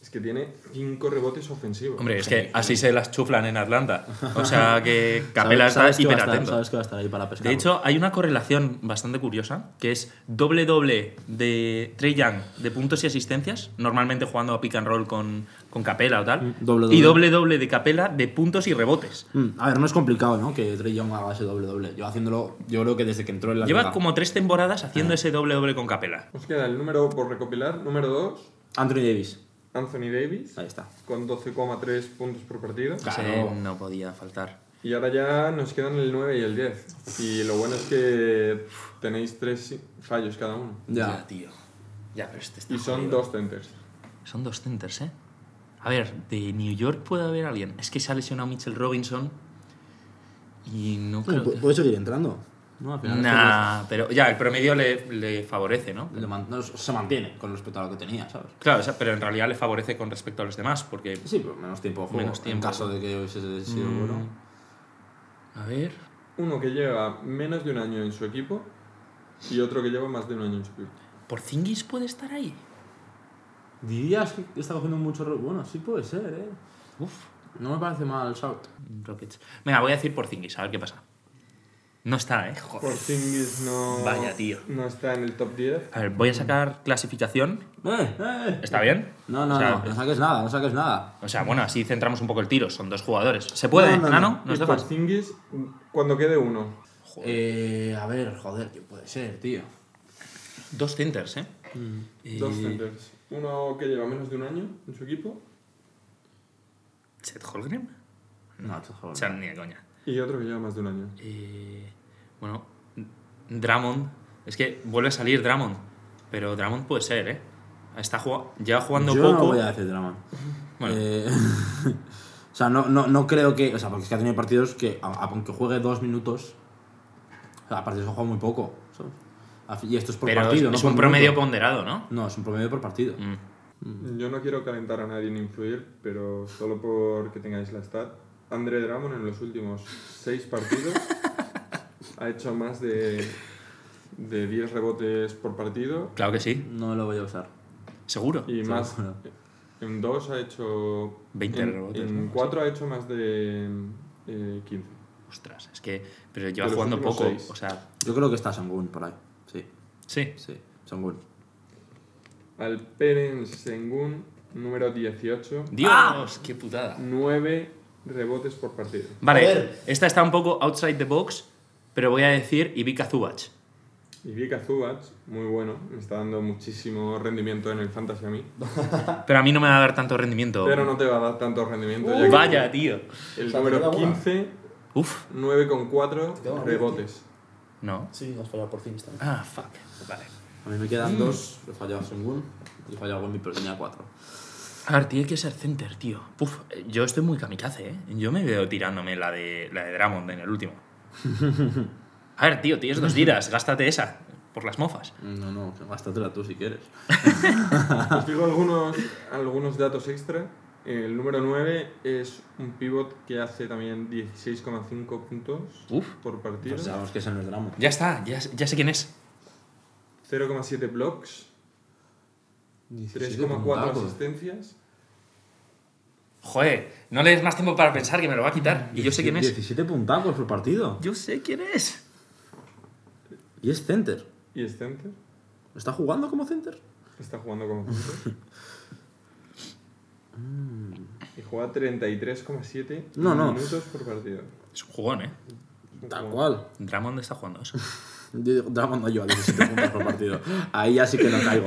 Speaker 3: es que tiene 5 rebotes ofensivos.
Speaker 1: Hombre, es que así se las chuflan en Atlanta. O sea que
Speaker 2: sabes-
Speaker 1: Capela está
Speaker 2: sabes que va a estar-
Speaker 1: hiperatento.
Speaker 2: Sabes que va a estar ahí para pescar.
Speaker 1: De hecho, hay una correlación bastante curiosa, que es doble doble de Trey Young de puntos y asistencias, normalmente jugando a pick and roll con, con Capela o tal,
Speaker 2: Mm, doble, doble.
Speaker 1: y doble doble de Capela de puntos y rebotes.
Speaker 2: Mm, A ver, no es complicado, ¿no? Que Trey Young haga ese doble doble. Yo haciéndolo, yo creo que desde que entró en la Ah.
Speaker 1: Lleva
Speaker 2: liga.
Speaker 1: como tres temporadas haciendo ese doble doble con Capela.
Speaker 3: Nos queda el número por recopilar, número 2,
Speaker 2: Anthony Davis.
Speaker 3: Anthony Davis,
Speaker 1: Ah.
Speaker 2: Ahí está.
Speaker 3: con 12,3 puntos por partido.
Speaker 1: Ese
Speaker 2: Claro.
Speaker 1: no podía faltar.
Speaker 3: Y ahora ya nos quedan el 9 y el 10. Y lo bueno es que tenéis 3 fallos cada uno.
Speaker 2: Ya.
Speaker 1: tío. Ya, pero este está
Speaker 3: Y son
Speaker 1: jodido.
Speaker 3: dos centers.
Speaker 1: Son dos centers, ¿eh? A ver, de New York puede haber alguien. Es que se ha lesionado Mitchell Robinson y no creo
Speaker 2: Pu-
Speaker 1: que...
Speaker 2: Puede seguir entrando. No, al final. pues.
Speaker 1: Nah, pero ya, el promedio le, le favorece, ¿no?
Speaker 2: esto le man- no, se mantiene con respecto a lo que tenía, ¿sabes?
Speaker 1: Claro, o sea, pero en realidad le favorece con respecto a los demás, porque...
Speaker 2: Sí, pero menos tiempo de juego.
Speaker 1: Menos tiempo. Mm.
Speaker 2: En caso de que hubiese sido bueno.
Speaker 1: A ver...
Speaker 3: Uno que lleva menos de un año en su equipo y otro que lleva más de un año en su equipo.
Speaker 1: ¿Porzingis puede estar ahí?
Speaker 2: Dirías que está cogiendo mucho. ro- Bueno, sí puede ser, ¿eh?
Speaker 1: Uf,
Speaker 2: No me parece mal, Shout.
Speaker 1: Rockets. Venga, voy a decir Porzingis, a ver qué pasa. No está, ¿eh? Joder.
Speaker 3: Porzingis no,
Speaker 1: Vaya, tío.
Speaker 3: no está en el top 10.
Speaker 1: A ver, voy a sacar clasificación.
Speaker 2: ¡Eh, eh!
Speaker 1: ¿Está bien?
Speaker 2: No, no,
Speaker 1: O sea,
Speaker 2: no. No saques nada, no saques nada.
Speaker 1: O sea, bueno, así centramos un poco el tiro. Son dos jugadores. ¿Se puede?
Speaker 2: No, no,
Speaker 1: ¿Ah,
Speaker 2: no.
Speaker 1: no? ¿Nos
Speaker 3: Y
Speaker 1: dejas?
Speaker 3: Porzingis, cuando quede uno.
Speaker 2: Eh, a ver, joder, ¿qué puede ser, tío?
Speaker 1: Dos centers, ¿eh? Y
Speaker 3: Dos centers. Uno que lleva menos de un año en su equipo
Speaker 1: ¿Chet Holgrim?
Speaker 2: No, esto es joder.
Speaker 1: O sea, ni de coña.
Speaker 3: y otro que lleva más de un año.
Speaker 1: Eh, bueno, Dramond. Es que vuelve a salir Dramond. Pero Dramond puede ser, ¿eh? Está jugando, lleva jugando
Speaker 2: Yo no
Speaker 1: poco.
Speaker 2: voy a decir drama.
Speaker 1: Bueno.
Speaker 2: Eh, o sea, no, no, no creo que. O sea, porque es que ha tenido partidos que, a- a- aunque juegue dos minutos, o sea, partidos que ha jugado muy poco. ¿sabes? Al fin- Y esto es por
Speaker 1: pero
Speaker 2: partido,
Speaker 1: es,
Speaker 2: no
Speaker 1: es
Speaker 2: por
Speaker 1: un promedio
Speaker 2: minuto.
Speaker 1: ponderado, ¿no?
Speaker 2: No, es un promedio por partido.
Speaker 1: Mm.
Speaker 3: Yo no quiero calentar a nadie ni influir, pero solo porque tengáis la stat. André Drummond en los últimos seis partidos ha hecho más de, de 10 rebotes por partido
Speaker 1: Claro que sí.
Speaker 2: No lo voy a usar.
Speaker 1: Seguro.
Speaker 3: y
Speaker 2: Sí,
Speaker 3: más
Speaker 2: bueno.
Speaker 3: en dos ha hecho
Speaker 1: 20
Speaker 3: en,
Speaker 1: rebotes,
Speaker 3: en
Speaker 1: ¿no?
Speaker 3: cuatro ha hecho más de eh, 15
Speaker 1: Ostras, es que. Pero lleva
Speaker 3: los
Speaker 1: jugando
Speaker 3: últimos
Speaker 1: poco.
Speaker 3: seis.
Speaker 1: O sea,
Speaker 2: Yo creo que está Sangun por ahí. Sí,
Speaker 1: sí.
Speaker 2: sí, Sangun.
Speaker 3: Alperen Sengun número 18
Speaker 1: Dios, qué putada.
Speaker 3: 9 rebotes por partido
Speaker 1: Vale,
Speaker 4: Joder.
Speaker 1: esta está un poco outside the box, pero voy a decir Ivica Zubac.
Speaker 3: y Vika Zubac muy bueno me está dando muchísimo rendimiento en el fantasy a mí
Speaker 1: Pero a mí no me va a dar tanto rendimiento.
Speaker 3: pero no te va a dar tanto rendimiento ya que
Speaker 1: Vaya, tío.
Speaker 3: el
Speaker 4: Se me
Speaker 3: número
Speaker 4: queda una.
Speaker 3: 15
Speaker 1: Uf,
Speaker 3: 9,4
Speaker 4: Tengo
Speaker 3: rebotes
Speaker 1: no.
Speaker 4: Sí, has fallado por fin. está bien.
Speaker 1: Ah, fuck. Vale.
Speaker 2: A mí me
Speaker 1: Mm.
Speaker 2: quedan dos. He fallado a Sangun. He fallado a Wemby, pero tenía cuatro.
Speaker 1: A ver, tiene que ser center, tío. Uf, yo estoy muy kamikaze, ¿eh? Yo me veo tirándome la de, la de Drummond en el último. A ver, tío, tienes dos giras, gástate esa, por las mofas.
Speaker 2: No, no, que gástatela tú si quieres.
Speaker 3: Os digo algunos, algunos datos extra. El número 9 es un pivot que hace también 16,5 puntos
Speaker 1: Uf.
Speaker 3: por partido,
Speaker 2: Pues sabemos que ese no es drama.
Speaker 1: Ya está, ya, ya sé quién es.
Speaker 3: 0,7 blocks,
Speaker 2: 17
Speaker 3: 3,4
Speaker 2: puntacos.
Speaker 3: asistencias.
Speaker 1: Joder, no le des más tiempo para pensar que me lo va a quitar. Y yo sé quién es.
Speaker 2: 17 puntacos por partido.
Speaker 1: Yo sé quién es.
Speaker 2: Y es center.
Speaker 3: Y es center.
Speaker 2: ¿Está jugando como center?
Speaker 3: Está jugando como center. y juega 33,7
Speaker 2: No, no.
Speaker 3: minutos por partido.
Speaker 1: Es un jugón, ¿eh?
Speaker 2: Tal cual.
Speaker 1: Drummond está jugando eso.
Speaker 2: Yo digo, Drummond no lleva 17 puntos por partido. Ahí ya sí que no caigo.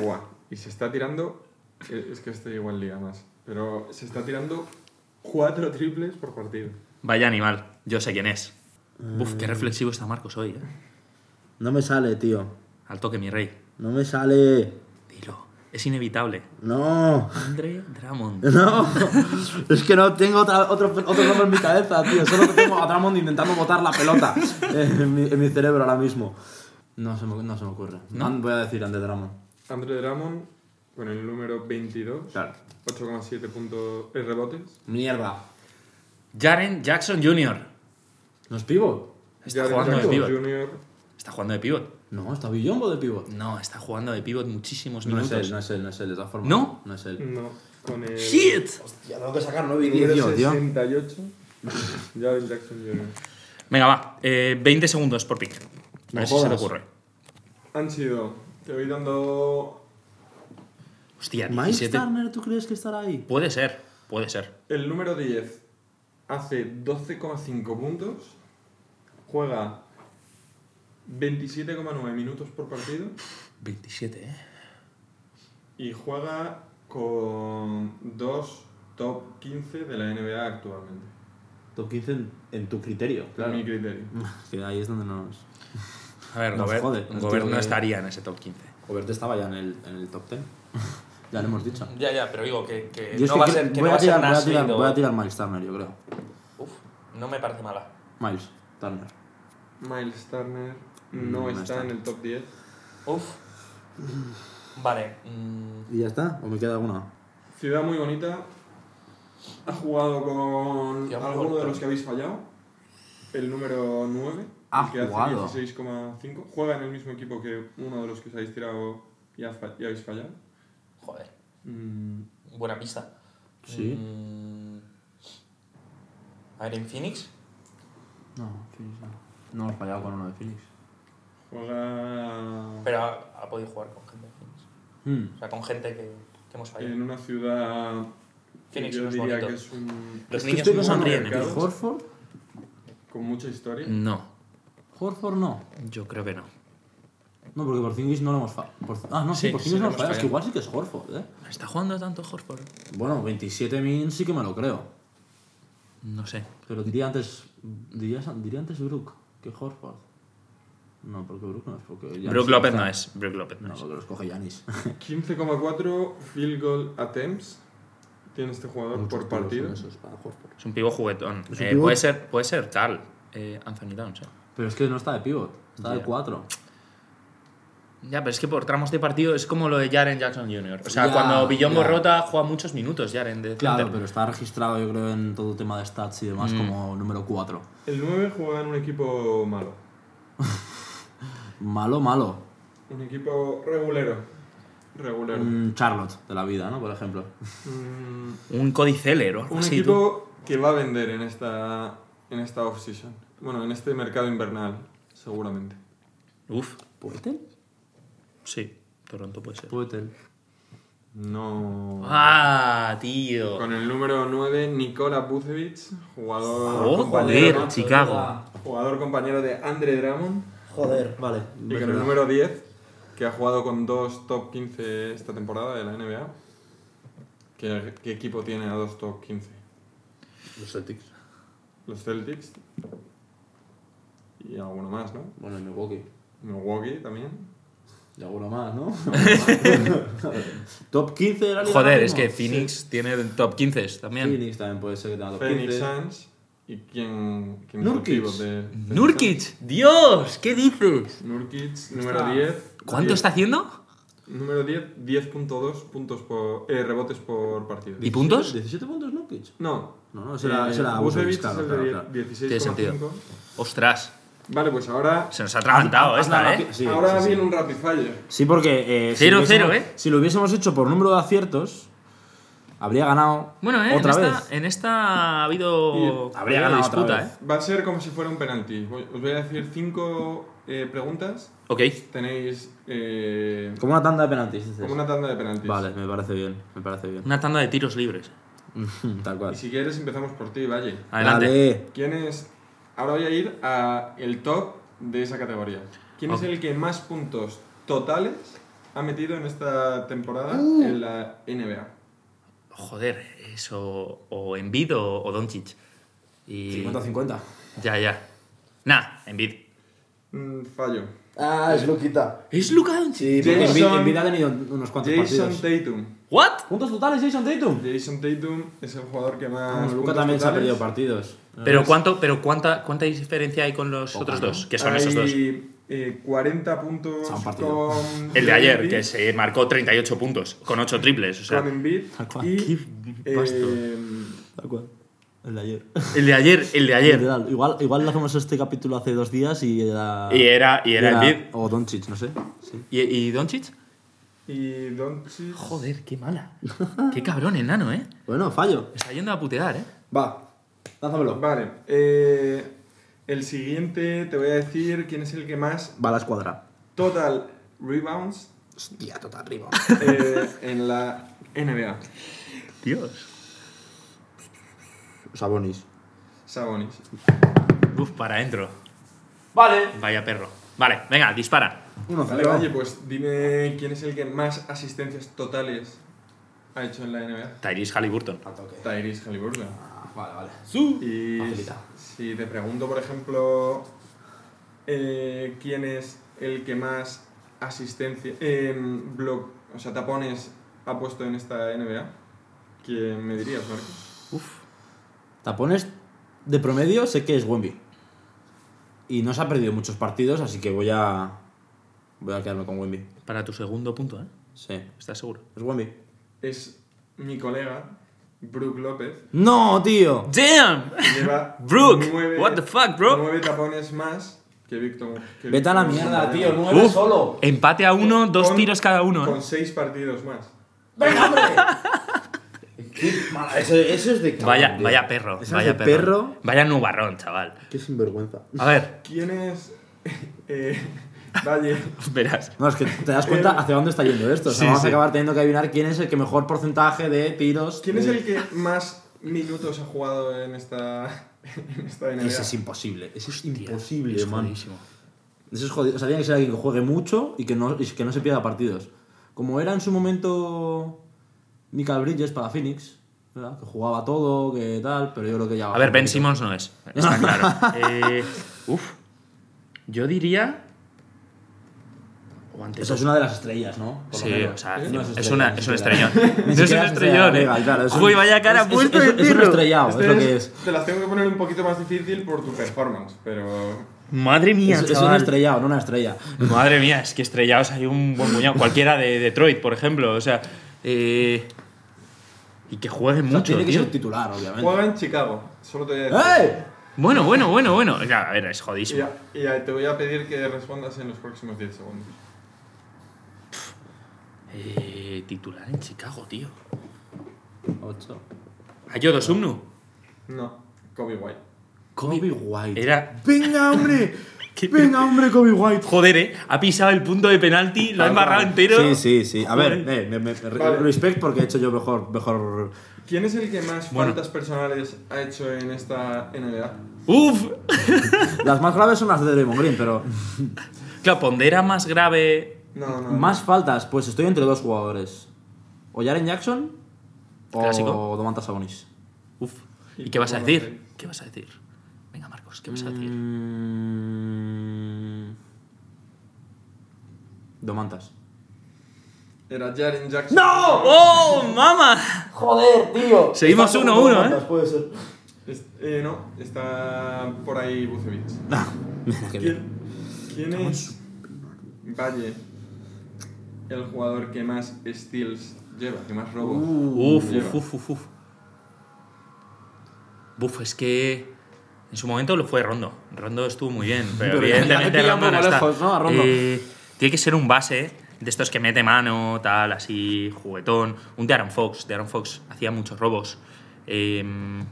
Speaker 3: Buah. Y se está tirando. eh, Es que este igual liga más. Pero se está tirando 4 triples por partido.
Speaker 1: Vaya animal, yo sé quién es. Uf, qué reflexivo está Marcos hoy, ¿eh?
Speaker 2: No me sale, tío.
Speaker 1: Al toque, mi rey.
Speaker 2: No me sale.
Speaker 1: Dilo, es inevitable.
Speaker 2: No.
Speaker 1: Andre Drummond.
Speaker 2: No. Es que no tengo otra- otro, otro nombre en mi cabeza, tío. Solo tengo a Drummond intentando botar la pelota en mi, en mi cerebro ahora mismo. No se me, no se me ocurre. An- Voy a decir ante Drummond.
Speaker 3: Andre Drummond con el número 22.
Speaker 2: Claro.
Speaker 3: 8,7 puntos eh, rebotes.
Speaker 2: Mierda.
Speaker 1: Jaren Jackson Jr.
Speaker 2: ¿No es pivot?
Speaker 1: Está
Speaker 3: Jaren
Speaker 1: jugando
Speaker 3: Jackson
Speaker 1: de pivot.
Speaker 3: Jr.
Speaker 1: Está jugando de pivot.
Speaker 2: No, está Billombo de pivot.
Speaker 1: No, está jugando de pivot muchísimos
Speaker 2: No es
Speaker 1: minutos.
Speaker 2: él, no es él, no es él, de todas formas.
Speaker 1: ¿No?
Speaker 2: No es él.
Speaker 3: No, con el
Speaker 1: ¡Shit!
Speaker 4: Hostia, tengo que sacar 9 y 10.
Speaker 3: número
Speaker 2: Dios, tío.
Speaker 3: 68. Jaren Jackson Jr.
Speaker 1: Venga, va. eh, 20 segundos por pick. A
Speaker 2: No
Speaker 1: ver si se te
Speaker 2: jodas.
Speaker 1: ocurre.
Speaker 3: Han sido. Te voy dando
Speaker 1: Hostia,
Speaker 2: ¿Mike
Speaker 1: 17.
Speaker 2: Turner, tú crees que estará ahí?
Speaker 1: Puede ser, puede ser.
Speaker 3: El número 10 hace 12,5 puntos, juega 27,9 minutos por partido
Speaker 1: 27, ¿eh?
Speaker 3: y juega con dos top 15 de la NBA actualmente.
Speaker 2: Top 15 en, en tu criterio,
Speaker 3: A
Speaker 2: claro.
Speaker 3: mi criterio.
Speaker 2: Que ahí es donde nos.
Speaker 1: A ver,
Speaker 2: Nos
Speaker 1: Gobert,
Speaker 2: jode, el
Speaker 1: Gobert
Speaker 2: tío
Speaker 1: no
Speaker 2: que-
Speaker 1: estaría en ese top 15.
Speaker 2: Gobert estaba ya en el, en el top 10. ya lo hemos dicho.
Speaker 4: Ya, ya, pero digo que, que
Speaker 2: Yo es que creo- voy, Eh, a tirar, voy, a tirar, voy a tirar Miles Turner, yo creo.
Speaker 4: Uf, no me parece mala.
Speaker 2: Miles Turner.
Speaker 3: Miles Turner no,
Speaker 2: Mm, No
Speaker 3: está,
Speaker 2: está.
Speaker 3: en el top 10.
Speaker 4: Uf. Vale. mm,
Speaker 2: ¿Y ya está? ¿O me queda alguna?
Speaker 3: Ciudad muy bonita. Ha jugado con
Speaker 4: Ciudad muy
Speaker 3: alguno de
Speaker 4: bonita.
Speaker 3: los que habéis fallado. El número 9,
Speaker 2: Ha
Speaker 3: que
Speaker 2: jugado.
Speaker 3: hace 16,5. Juega en el mismo equipo que uno de los que os habéis tirado y, ha fa- y habéis fallado.
Speaker 4: joder,
Speaker 3: Mm,
Speaker 4: buena pista.
Speaker 2: Sí.
Speaker 4: Mm, a ver, en Phoenix.
Speaker 2: No, Phoenix no. No hemos fallado con uno de Phoenix.
Speaker 3: Juega
Speaker 4: Pero ha, ha podido jugar con gente de Phoenix.
Speaker 2: Hmm.
Speaker 4: O sea, con gente que, que hemos fallado.
Speaker 3: en una ciudad que
Speaker 4: Phoenix
Speaker 3: yo
Speaker 4: no es
Speaker 3: diría
Speaker 4: bonito.
Speaker 3: que es un,
Speaker 1: Los
Speaker 2: Es que
Speaker 1: niños
Speaker 2: estoy
Speaker 1: no
Speaker 2: pensando
Speaker 1: sonríen.
Speaker 3: en
Speaker 1: ¿eh?
Speaker 3: el mercado.
Speaker 2: Horford?
Speaker 3: con mucha historia.
Speaker 1: No,
Speaker 2: Horford no.
Speaker 1: yo creo que no.
Speaker 2: No, porque por Porzingis no lo hemos fallado. Ah, no, sí,
Speaker 1: Sí,
Speaker 2: por
Speaker 1: sí
Speaker 2: Porzingis
Speaker 1: lo
Speaker 2: no lo hemos
Speaker 1: hemos
Speaker 2: fallado. Es que
Speaker 1: fallado.
Speaker 2: igual sí que es Horford, ¿eh?
Speaker 1: ¿Está jugando tanto Horford?
Speaker 2: Bueno, 27 min sí que me lo creo.
Speaker 1: No sé.
Speaker 2: Pero diría antes. Diría, diría antes Brook que Horford. No, porque Brook no es. Porque Giannis
Speaker 1: Brook López
Speaker 2: está-
Speaker 1: no es. Brook López no
Speaker 2: No,
Speaker 1: es.
Speaker 2: porque los coge Yanis.
Speaker 3: 15,4 field goal attempts tiene este jugador por partido.
Speaker 1: Es un pivo juguetón.
Speaker 2: Es un
Speaker 1: Eh,
Speaker 2: pivot.
Speaker 1: Puede, ser, puede ser tal. eh, Anthony Downs, ¿eh?
Speaker 2: Pero es que no está de pivot, está de
Speaker 1: Ya.
Speaker 2: 4.
Speaker 1: Ya, pero es que por tramos de partido es como lo de Jaren Jackson Jr. O sea,
Speaker 2: Ya,
Speaker 1: cuando Villombo
Speaker 2: ya.
Speaker 1: rota, juega muchos minutos Jaren. De
Speaker 2: Claro,
Speaker 1: center.
Speaker 2: pero está registrado, yo creo, en todo tema de stats y
Speaker 1: Mm.
Speaker 2: demás como número 4.
Speaker 3: El 9 juega en un equipo malo.
Speaker 2: Malo, malo.
Speaker 3: Un equipo regulero. Regulero.
Speaker 2: Un Charlotte de la vida, ¿no? Por ejemplo.
Speaker 3: Mm,
Speaker 1: Un codicélero.
Speaker 3: un equipo que va a vender en esta, en esta off-season. Bueno, en este mercado invernal, seguramente.
Speaker 1: Uf,
Speaker 2: ¿Puetel?
Speaker 1: sí. Toronto puede ser.
Speaker 2: Puetel.
Speaker 3: No.
Speaker 1: Ah, tío.
Speaker 3: Con el número 9, Nikola Vucevic, jugador,
Speaker 1: Oh,
Speaker 3: compañero,
Speaker 1: joder, Chicago.
Speaker 3: jugador compañero de Andre Drummond.
Speaker 5: Joder, vale.
Speaker 3: Y con el número 10, que ha jugado con dos top 15 esta temporada de la NBA. ¿Qué, qué equipo tiene a dos top 15?
Speaker 5: Los Celtics.
Speaker 3: Los Celtics. Y alguno más, ¿no?
Speaker 2: Bueno, y Milwaukee.
Speaker 3: Milwaukee también.
Speaker 2: Y alguno más, ¿no? Top 15 de la liga
Speaker 1: Joder,
Speaker 2: ahora
Speaker 1: es que
Speaker 2: mismo.
Speaker 1: Phoenix tiene top 15 también.
Speaker 2: Phoenix también puede ser que tenga top
Speaker 3: Phoenix
Speaker 2: 15.
Speaker 3: Suns. ¿Y quién, quién es el
Speaker 2: Nurkic.
Speaker 3: pívot de Phoenix Suns?
Speaker 1: Nurkic, Dios, ¿qué dices?
Speaker 3: Nurkic, número 10.
Speaker 1: ¿Cuánto
Speaker 3: 10.
Speaker 1: está haciendo?
Speaker 3: Número 10, 10.2 puntos por, eh, rebotes por partido.
Speaker 1: ¿Y puntos?
Speaker 2: 17 puntos Nurkic.
Speaker 3: No. Eh,
Speaker 2: No, no, ese era- ese era
Speaker 3: Vucevic
Speaker 2: Vucevic, claro,
Speaker 3: es el
Speaker 2: claro,
Speaker 3: de
Speaker 2: claro.
Speaker 3: 16,5.
Speaker 1: Tiene sentido. Ostras,
Speaker 3: Vale, pues ahora,
Speaker 1: se nos ha atragantado esta, ¿eh?
Speaker 2: Sí,
Speaker 3: ahora
Speaker 2: sí, sí.
Speaker 3: viene un rapid fire.
Speaker 2: Sí, porque. eh,
Speaker 1: Cero,
Speaker 2: lo hubiésemos-
Speaker 1: cero, ¿eh?
Speaker 2: Si lo hubiésemos hecho por número de aciertos, habría ganado.
Speaker 1: Bueno, eh,
Speaker 2: Otra
Speaker 1: en,
Speaker 2: vez.
Speaker 1: Esta, en esta ha habido,
Speaker 2: Y habría
Speaker 1: ha habido
Speaker 2: ganado otra
Speaker 1: disputa,
Speaker 2: vez.
Speaker 3: Va a ser como si fuera un penalti. Voy- Os voy a decir cinco eh, preguntas.
Speaker 1: ¿eh? Ok.
Speaker 3: Tenéis eh,
Speaker 2: Como una tanda de penaltis, dices.
Speaker 3: como una tanda de penaltis.
Speaker 2: Vale, me parece bien. Me parece bien.
Speaker 1: Una tanda de tiros libres.
Speaker 2: Tal
Speaker 3: Y
Speaker 2: cual.
Speaker 3: si quieres empezamos por ti, Valle.
Speaker 1: Adelante.
Speaker 2: Dale.
Speaker 3: ¿Quién es? Ahora voy a ir a el top de esa categoría. ¿Quién
Speaker 1: Ok.
Speaker 3: es el que más puntos totales ha metido en esta temporada
Speaker 2: Uh.
Speaker 3: en la NBA?
Speaker 1: Joder, eso. O Envid o, o Doncic. Y...
Speaker 2: 50-50.
Speaker 1: Ya, ya. Nah, Envid.
Speaker 3: Mm, fallo.
Speaker 5: Ah, es Luquita.
Speaker 1: ¿Es Luka
Speaker 5: Sí,
Speaker 1: Doncic?
Speaker 3: Sí.
Speaker 5: porque-
Speaker 3: Jason-
Speaker 2: En vida ha tenido unos cuantos
Speaker 3: Jason
Speaker 2: partidos.
Speaker 3: Tatum.
Speaker 1: ¿What?
Speaker 2: ¿Puntos totales, Jason Tatum?
Speaker 3: Jason Tatum es el jugador que más.
Speaker 2: Bueno, Luca
Speaker 3: puntos
Speaker 2: Ah, también se ha
Speaker 3: totales.
Speaker 2: perdido partidos.
Speaker 1: Pero, cuánto, pero cuánta, ¿cuánta diferencia hay con los
Speaker 2: Poca,
Speaker 1: otros
Speaker 2: ¿no?
Speaker 1: dos? Que son esos dos.
Speaker 3: Hay, eh, 40 puntos
Speaker 2: Se han partido.
Speaker 3: con.
Speaker 1: El de ayer, que
Speaker 3: Joel
Speaker 1: se marcó 38 puntos, con 8 triples. O
Speaker 3: Embiid,
Speaker 1: sea,
Speaker 3: Con Embiid
Speaker 2: cual.
Speaker 3: y.
Speaker 2: Qué pasto.
Speaker 3: eh,
Speaker 2: Tal cual. El de ayer.
Speaker 1: el de ayer, el de ayer.
Speaker 2: Literal. Igual, igual lo hacemos este capítulo hace dos días y era.
Speaker 1: Y era, y era Embiid.
Speaker 2: O Doncic, no sé. Sí.
Speaker 1: ¿Y, y Doncic?
Speaker 3: y Doncic.
Speaker 1: Joder, qué mala. qué cabrón, enano, ¿eh?
Speaker 2: Bueno, fallo.
Speaker 1: Está yendo a putear, ¿eh?
Speaker 2: Va. Lánzamelo.
Speaker 3: Vale. eh, el siguiente te voy a decir quién es el que más
Speaker 2: Va a la escuadra.
Speaker 3: total rebounds
Speaker 2: Hostia, total arriba.
Speaker 3: eh, en la NBA.
Speaker 1: Dios.
Speaker 2: Sabonis.
Speaker 3: Sabonis.
Speaker 1: Uf, para adentro.
Speaker 5: Vale.
Speaker 1: Vaya perro. Vale, venga, dispara.
Speaker 3: Vale, Valle, pues dime quién es el que más asistencias totales ha hecho en la NBA.
Speaker 1: Tyrese Halliburton.
Speaker 3: Tyrese Halliburton.
Speaker 2: Ah, Vale, vale.
Speaker 3: Y
Speaker 2: Facilita.
Speaker 3: si te pregunto, por ejemplo, eh, quién es el que más asistencia, em, blo- o sea, tapones ha puesto en esta NBA, ¿quién me dirías, Marcos?
Speaker 2: Tapones de promedio, sé que es Wemby. Y no se ha perdido muchos partidos, así que voy a. Voy a quedarme con Wemby.
Speaker 1: Para tu segundo punto, ¿eh?
Speaker 2: Sí. Es
Speaker 1: ¿Estás seguro?
Speaker 2: Wemby.
Speaker 3: Es mi colega, Brook López.
Speaker 2: ¡No, tío!
Speaker 1: ¡Damn!
Speaker 3: Lleva
Speaker 1: Brooke,
Speaker 3: nueve-
Speaker 1: what the fuck, bro?
Speaker 3: nueve tapones más que Víctor. que
Speaker 2: Vete a la
Speaker 3: Víctor
Speaker 2: mierda,
Speaker 3: Wembanyama.
Speaker 2: tío. Nueve
Speaker 1: Uf.
Speaker 2: solo.
Speaker 1: Empate a uno, dos
Speaker 3: Con-
Speaker 1: tiros cada uno,
Speaker 3: Con
Speaker 1: ¿eh?
Speaker 3: seis partidos más.
Speaker 5: ¡Venga, hombre! Qué mala- Eso, eso es de cabrón,
Speaker 1: Vaya,
Speaker 5: tío.
Speaker 1: vaya perro,
Speaker 2: Ese
Speaker 1: vaya
Speaker 2: hace
Speaker 1: perro.
Speaker 2: perro.
Speaker 1: Vaya nubarrón, chaval.
Speaker 5: Qué sinvergüenza.
Speaker 1: A ver,
Speaker 3: ¿Quién es? Eh, Valle.
Speaker 1: verás.
Speaker 2: No, es que te das cuenta hacia dónde está yendo esto. O sea,
Speaker 1: Sí,
Speaker 2: vamos
Speaker 1: sí.
Speaker 2: a acabar teniendo que adivinar quién es el que mejor porcentaje de tiros.
Speaker 3: ¿Quién
Speaker 2: de-
Speaker 3: es el que más minutos ha jugado en esta, en esta NBA?
Speaker 2: Ese es imposible. Ese es imposible,
Speaker 1: es
Speaker 2: man.
Speaker 1: jodidísimo.
Speaker 2: Ese es jodido. O sea, tiene que ser alguien que juegue mucho y que no, y que no se pierda partidos. Como era en su momento Michael Bridges para Phoenix, ¿verdad? Que jugaba todo, que tal, pero yo creo que ya...
Speaker 1: A ver, Ben Simmons no es. Está claro. Eh, uf. Yo diría. O antes.
Speaker 2: Esa es una de las estrellas, ¿no? Por lo
Speaker 1: Sí,
Speaker 2: menos.
Speaker 1: o sea,
Speaker 2: No
Speaker 1: es, una, es un estrellón.
Speaker 2: Ni
Speaker 1: es un
Speaker 2: siquiera
Speaker 1: estrellón, eh.
Speaker 2: legal, claro, es un-
Speaker 1: Uy, vaya cara
Speaker 2: es- es-
Speaker 1: puesto
Speaker 2: es-
Speaker 1: de
Speaker 2: es un
Speaker 1: tiro.
Speaker 2: estrellado,
Speaker 3: Este
Speaker 2: es lo que es.
Speaker 3: Te las tengo que poner un poquito más difícil por tu performance, pero
Speaker 1: Madre mía,
Speaker 2: Es, es un
Speaker 1: chaval.
Speaker 2: estrellado, no una estrella.
Speaker 1: Madre mía, es que estrellados hay un buen puñado. Cualquiera de Detroit, por ejemplo. O sea, eh, y que jueguen
Speaker 2: O sea,
Speaker 1: mucho,
Speaker 2: tiene que
Speaker 1: tío.
Speaker 2: ser titular, obviamente.
Speaker 3: Juega en Chicago. Solo te voy a decir.
Speaker 2: ¡Ey!
Speaker 1: Bueno, bueno, bueno, bueno. Ya, a ver, es
Speaker 3: Y,
Speaker 1: jodísimo.
Speaker 3: a- y a- te voy a pedir que respondas en los próximos 10 segundos.
Speaker 1: Eh, titular en Chicago, tío.
Speaker 2: Ocho.
Speaker 1: Ayodo Sumnu.
Speaker 3: No, Kobe White.
Speaker 2: Kobe White.
Speaker 1: Era.
Speaker 2: ¡Venga, hombre! ¡Venga, hombre, Kobe White!
Speaker 1: Joder, eh. Ha pisado el punto de penalti, lo ha
Speaker 3: Tal
Speaker 1: embarrado
Speaker 3: cual.
Speaker 1: entero.
Speaker 2: Sí, sí, sí. A ver,
Speaker 1: Joder.
Speaker 2: eh, me, me- me-
Speaker 3: Vale.
Speaker 2: respect porque he hecho yo mejor, mejor
Speaker 3: ¿Quién es el que más
Speaker 1: Bueno.
Speaker 3: faltas personales ha hecho en esta NBA?
Speaker 1: Uf.
Speaker 2: Las más graves son las de Draymond Green, pero
Speaker 1: Claro, pondera más grave.
Speaker 3: No, no.
Speaker 2: más faltas, pues estoy entre dos jugadores. O Jaren Jackson o
Speaker 1: Clásico.
Speaker 2: Domantas Sabonis.
Speaker 1: Uf.
Speaker 3: Y
Speaker 1: ¿Y qué vas a
Speaker 3: cómo
Speaker 1: decir?
Speaker 3: hacer.
Speaker 1: ¿Qué vas a decir? Venga, Marcos, ¿qué vas a decir?
Speaker 2: Mm. Domantas.
Speaker 3: Era Jaren Jackson.
Speaker 1: ¡No! ¡Oh, mamá!
Speaker 5: Joder, tío.
Speaker 1: Seguimos
Speaker 5: Está
Speaker 1: 1-1,
Speaker 5: como
Speaker 1: ¿eh?
Speaker 5: notas, Puede ser.
Speaker 3: Es- eh, no, está por ahí Bucevic.
Speaker 2: Mira qué bien.
Speaker 3: ¿Quién, quién es Valle, el jugador que más steals lleva, que más robos?
Speaker 1: Uh, Uf,
Speaker 3: lleva?
Speaker 1: uf, uf, uf, uf. Buf, es que en su momento lo fue Rondo. Rondo estuvo muy bien, pero,
Speaker 2: Pero ya te
Speaker 1: evidentemente
Speaker 2: pilla un
Speaker 1: Rondo no
Speaker 2: poco
Speaker 1: está.
Speaker 2: lejos, ¿no? A Rondo.
Speaker 1: Eh, tiene que ser un base de estos que mete mano, tal, así, juguetón. Un Aaron Fox. Aaron Fox hacía muchos robos. Em,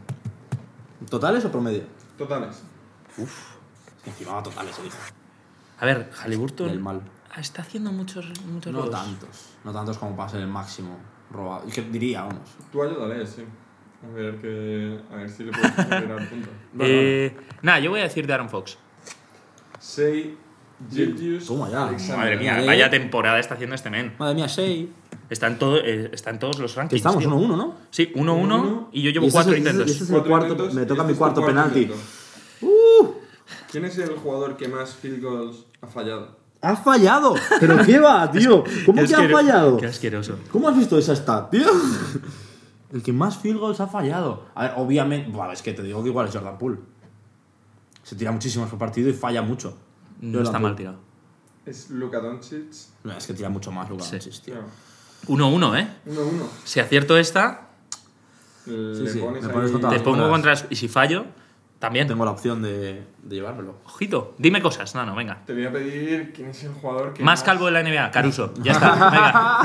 Speaker 2: ¿Totales o promedio?
Speaker 3: Totales.
Speaker 2: Es que encima va totales, el hijo.
Speaker 1: a ver,
Speaker 2: Del
Speaker 1: Halliburton
Speaker 2: mal.
Speaker 1: ah, está haciendo muchos, muchos
Speaker 2: No
Speaker 1: robos.
Speaker 2: tantos. No tantos como para ser el máximo robado. Que diría, vamos.
Speaker 3: Tú ayúdale, sí. A ver, que, a ver si le puedes recuperar punto.
Speaker 1: Eh, nada, yo voy a decir de Aaron Fox.
Speaker 3: Sei Gildius
Speaker 2: Toma ya.
Speaker 3: Alexander.
Speaker 1: Madre mía,
Speaker 2: Madre. eh.
Speaker 1: vaya temporada está haciendo este men.
Speaker 2: Madre mía, Shea.
Speaker 1: Está en, todo, eh, está en todos los
Speaker 2: Que
Speaker 1: rankings.
Speaker 2: estamos
Speaker 1: tío.
Speaker 2: 1-1, ¿no?
Speaker 1: Sí, 1-1
Speaker 3: Uno.
Speaker 1: y yo llevo
Speaker 2: Y este es
Speaker 1: 4
Speaker 2: el-
Speaker 1: intentos.
Speaker 2: este es el-
Speaker 3: Cuatro
Speaker 2: cuarto-
Speaker 3: intentos
Speaker 2: me
Speaker 3: y
Speaker 2: toca
Speaker 3: este
Speaker 2: mi
Speaker 3: es tu
Speaker 2: cuarto penalti. Uh.
Speaker 3: intento. ¿Quién es el jugador que más field goals ha fallado?
Speaker 5: ¡Ha fallado! ¿Pero qué va, tío? ¿Cómo
Speaker 1: Qué
Speaker 5: que ha
Speaker 1: asquero-
Speaker 5: fallado?
Speaker 1: Qué asqueroso.
Speaker 5: ¿Cómo has visto esa stat, tío?
Speaker 2: El que más field goals ha fallado. A ver, obviamente. Buah, es que te digo que igual es Jordan Poole. Se tira muchísimos por partido y falla mucho.
Speaker 1: No
Speaker 2: Jordan
Speaker 1: está
Speaker 2: Poole.
Speaker 1: mal tirado.
Speaker 3: Es Luka Doncic.
Speaker 2: No, es que tira mucho más, Luka
Speaker 1: Sí.
Speaker 2: Doncic, tío.
Speaker 3: Claro.
Speaker 1: 1-1, ¿eh?
Speaker 3: 1-1.
Speaker 1: Si acierto esta,
Speaker 3: Le
Speaker 2: sí,
Speaker 3: pones
Speaker 2: me
Speaker 3: ahí-
Speaker 2: pones contra-
Speaker 1: te
Speaker 2: Todas
Speaker 1: pongo
Speaker 2: todas.
Speaker 1: contra. las- Y si fallo, también.
Speaker 2: Tengo la opción de, de llevármelo.
Speaker 1: Ojito, dime cosas. No, no, venga.
Speaker 3: Te voy a pedir quién es el jugador que
Speaker 1: Más calvo de la NBA, Caruso. Ya está,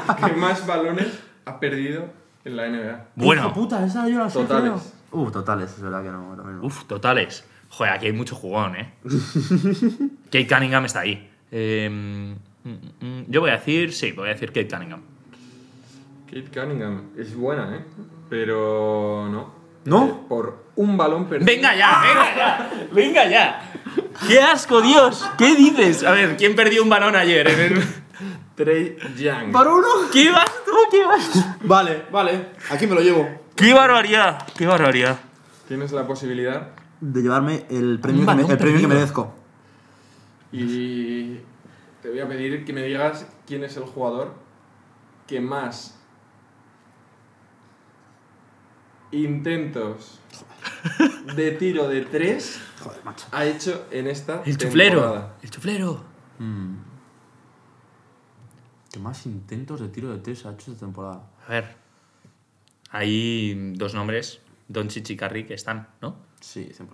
Speaker 1: venga.
Speaker 3: que más balones ha perdido en la NBA.
Speaker 1: Bueno,
Speaker 2: Hija puta, esa yo la sé,
Speaker 3: Totales.
Speaker 2: creo. Uh, totales, es verdad que no. ahora mismo.
Speaker 1: Uf, totales. Joder, aquí hay mucho jugón, ¿eh? Kate Cunningham está ahí. Eh, mm, mm, mm, yo voy a decir, sí, voy a decir Kate Cunningham.
Speaker 3: Kate Cunningham es buena, ¿eh? Pero no.
Speaker 2: ¿No?
Speaker 3: Eh, por un balón perdido.
Speaker 1: Venga ya, venga ya, venga ya. ¡Qué asco, Dios! ¿Qué dices? A ver, ¿quién perdió un balón ayer? en el-
Speaker 3: Trey Young.
Speaker 2: ¿Para uno?
Speaker 1: ¿Qué vas tú? ¿Qué vas?
Speaker 2: Vale, vale. Aquí me lo llevo.
Speaker 1: ¡Qué barbaridad! ¡Qué barbaridad!
Speaker 3: Tienes la posibilidad
Speaker 2: De llevarme el
Speaker 1: Un
Speaker 2: premio, que,
Speaker 1: balón
Speaker 2: me- el premio que
Speaker 1: perdido.
Speaker 2: merezco.
Speaker 3: y te voy a pedir que me digas quién es el jugador que más intentos de tiro de tres
Speaker 2: Joder, macho.
Speaker 3: ha hecho en esta
Speaker 1: El chuflero.
Speaker 3: temporada.
Speaker 1: El chuflero.
Speaker 2: Que más intentos de tiro de tres ha hecho esta temporada.
Speaker 1: A ver. Hay dos nombres, Don y Curry, que están, ¿no?
Speaker 2: Sí, 100%.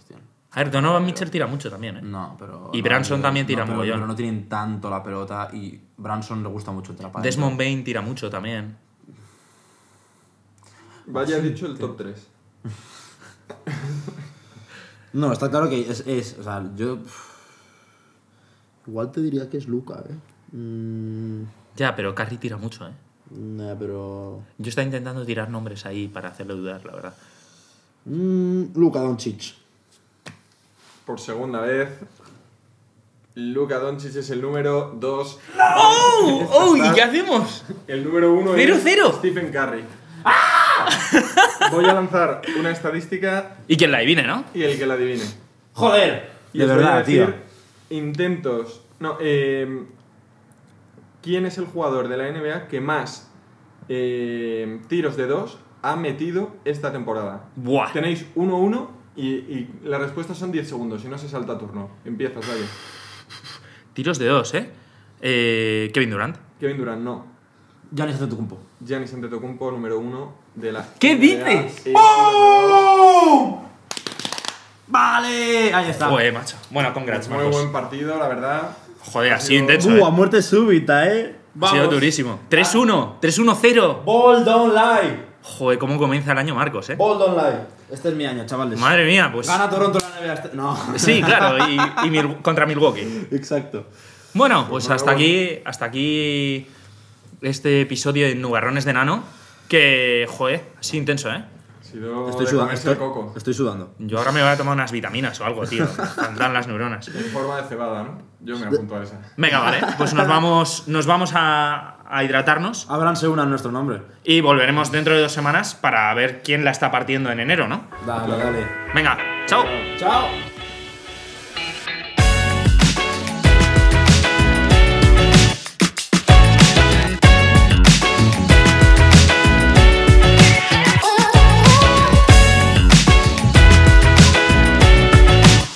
Speaker 1: A ver, Donovan Mitchell tira mucho también, ¿eh?
Speaker 2: No, pero.
Speaker 1: Y
Speaker 2: no,
Speaker 1: Branson
Speaker 2: no,
Speaker 1: también tira
Speaker 2: no, pero,
Speaker 1: mogollón.
Speaker 2: pero no tienen tanto la pelota y Branson le gusta mucho tirar para
Speaker 1: Desmond
Speaker 2: dentro.
Speaker 1: Bain tira mucho también.
Speaker 3: Vaya dicho el top 3.
Speaker 2: No, está claro que es. es o sea, yo.
Speaker 5: Igual te diría que es Luca, ¿eh? Mm,
Speaker 1: Ya, pero Curry tira mucho, ¿eh?
Speaker 5: nah, pero...
Speaker 1: Yo estaba intentando tirar nombres ahí para hacerle dudar, la verdad.
Speaker 5: Mm, Luca Doncic.
Speaker 3: Por segunda vez, Luka Doncic es el número 2.
Speaker 1: ¡Oh! ¡Oh! ¿Y qué hacemos?
Speaker 3: El número 1
Speaker 1: Cero,
Speaker 3: es
Speaker 1: cero.
Speaker 3: Stephen Curry. ¡Ah! Voy a lanzar una estadística
Speaker 1: Y quien la adivine, ¿no?
Speaker 3: y el que la adivine.
Speaker 2: ¡Joder!
Speaker 3: Y
Speaker 2: De
Speaker 3: os voy a
Speaker 2: verdad, tío.
Speaker 3: decir Intentos. No, eh, ¿Quién es el jugador de la NBA que más em, eh, tiros de dos ha metido esta temporada?
Speaker 1: Buah.
Speaker 3: Tenéis 1-1 Y, y la respuesta son 10 segundos, si no se salta turno. Empiezas, Valle.
Speaker 1: Tiros de dos, ¿eh? Eh, Kevin Durant.
Speaker 3: Kevin Durant, no.
Speaker 2: Ya necesito tu compo.
Speaker 3: Giannis Antetokounmpo, número uno de la...
Speaker 1: ¿Qué
Speaker 3: NBA,
Speaker 1: dices?
Speaker 2: eh,
Speaker 3: es-
Speaker 2: ¡Oh!
Speaker 5: ¡Oh!
Speaker 2: ¡Vale! Ahí está.
Speaker 1: Joder, macho. Bueno, congrats,
Speaker 3: Muy
Speaker 1: Marcos.
Speaker 3: buen partido, la verdad.
Speaker 1: Joder,
Speaker 3: Ha
Speaker 1: así
Speaker 3: sido-
Speaker 1: intenso.
Speaker 5: Uh, a
Speaker 1: ¿eh?
Speaker 5: muerte súbita, eh.
Speaker 1: Ha sido durísimo. 3-1, 3-1-0.
Speaker 5: Ball don't lie.
Speaker 1: Joder, cómo comienza el año, Marcos, ¿eh?
Speaker 5: Ball don't lie.
Speaker 2: Este es mi año, chavales.
Speaker 1: Madre mía, pues.
Speaker 2: Gana Toronto la NBA. este- No.
Speaker 1: Sí, claro, y, y Mil- contra Milwaukee.
Speaker 2: Exacto.
Speaker 1: Bueno, pues
Speaker 3: Bueno,
Speaker 1: hasta
Speaker 3: bueno.
Speaker 1: aquí, hasta aquí este episodio de Nubarrones de Nano, que, joder, así intenso, ¿eh?
Speaker 3: Ha sido
Speaker 2: Estoy
Speaker 3: de
Speaker 2: sudando.
Speaker 3: comerse el
Speaker 2: Estoy,
Speaker 3: coco.
Speaker 2: estoy sudando.
Speaker 1: Yo ahora me voy a tomar unas vitaminas o algo, tío. Andan las neuronas.
Speaker 3: En forma de cebada, ¿no? Yo me apunto a esa.
Speaker 1: Venga, vale, pues nos vamos, nos vamos a, a hidratarnos
Speaker 2: Ábranse una en nuestro nombre.
Speaker 1: y volveremos dentro de dos semanas para ver quién la está partiendo en enero, ¿no?
Speaker 2: Dale, dale.
Speaker 1: Venga, chao.
Speaker 2: Chao.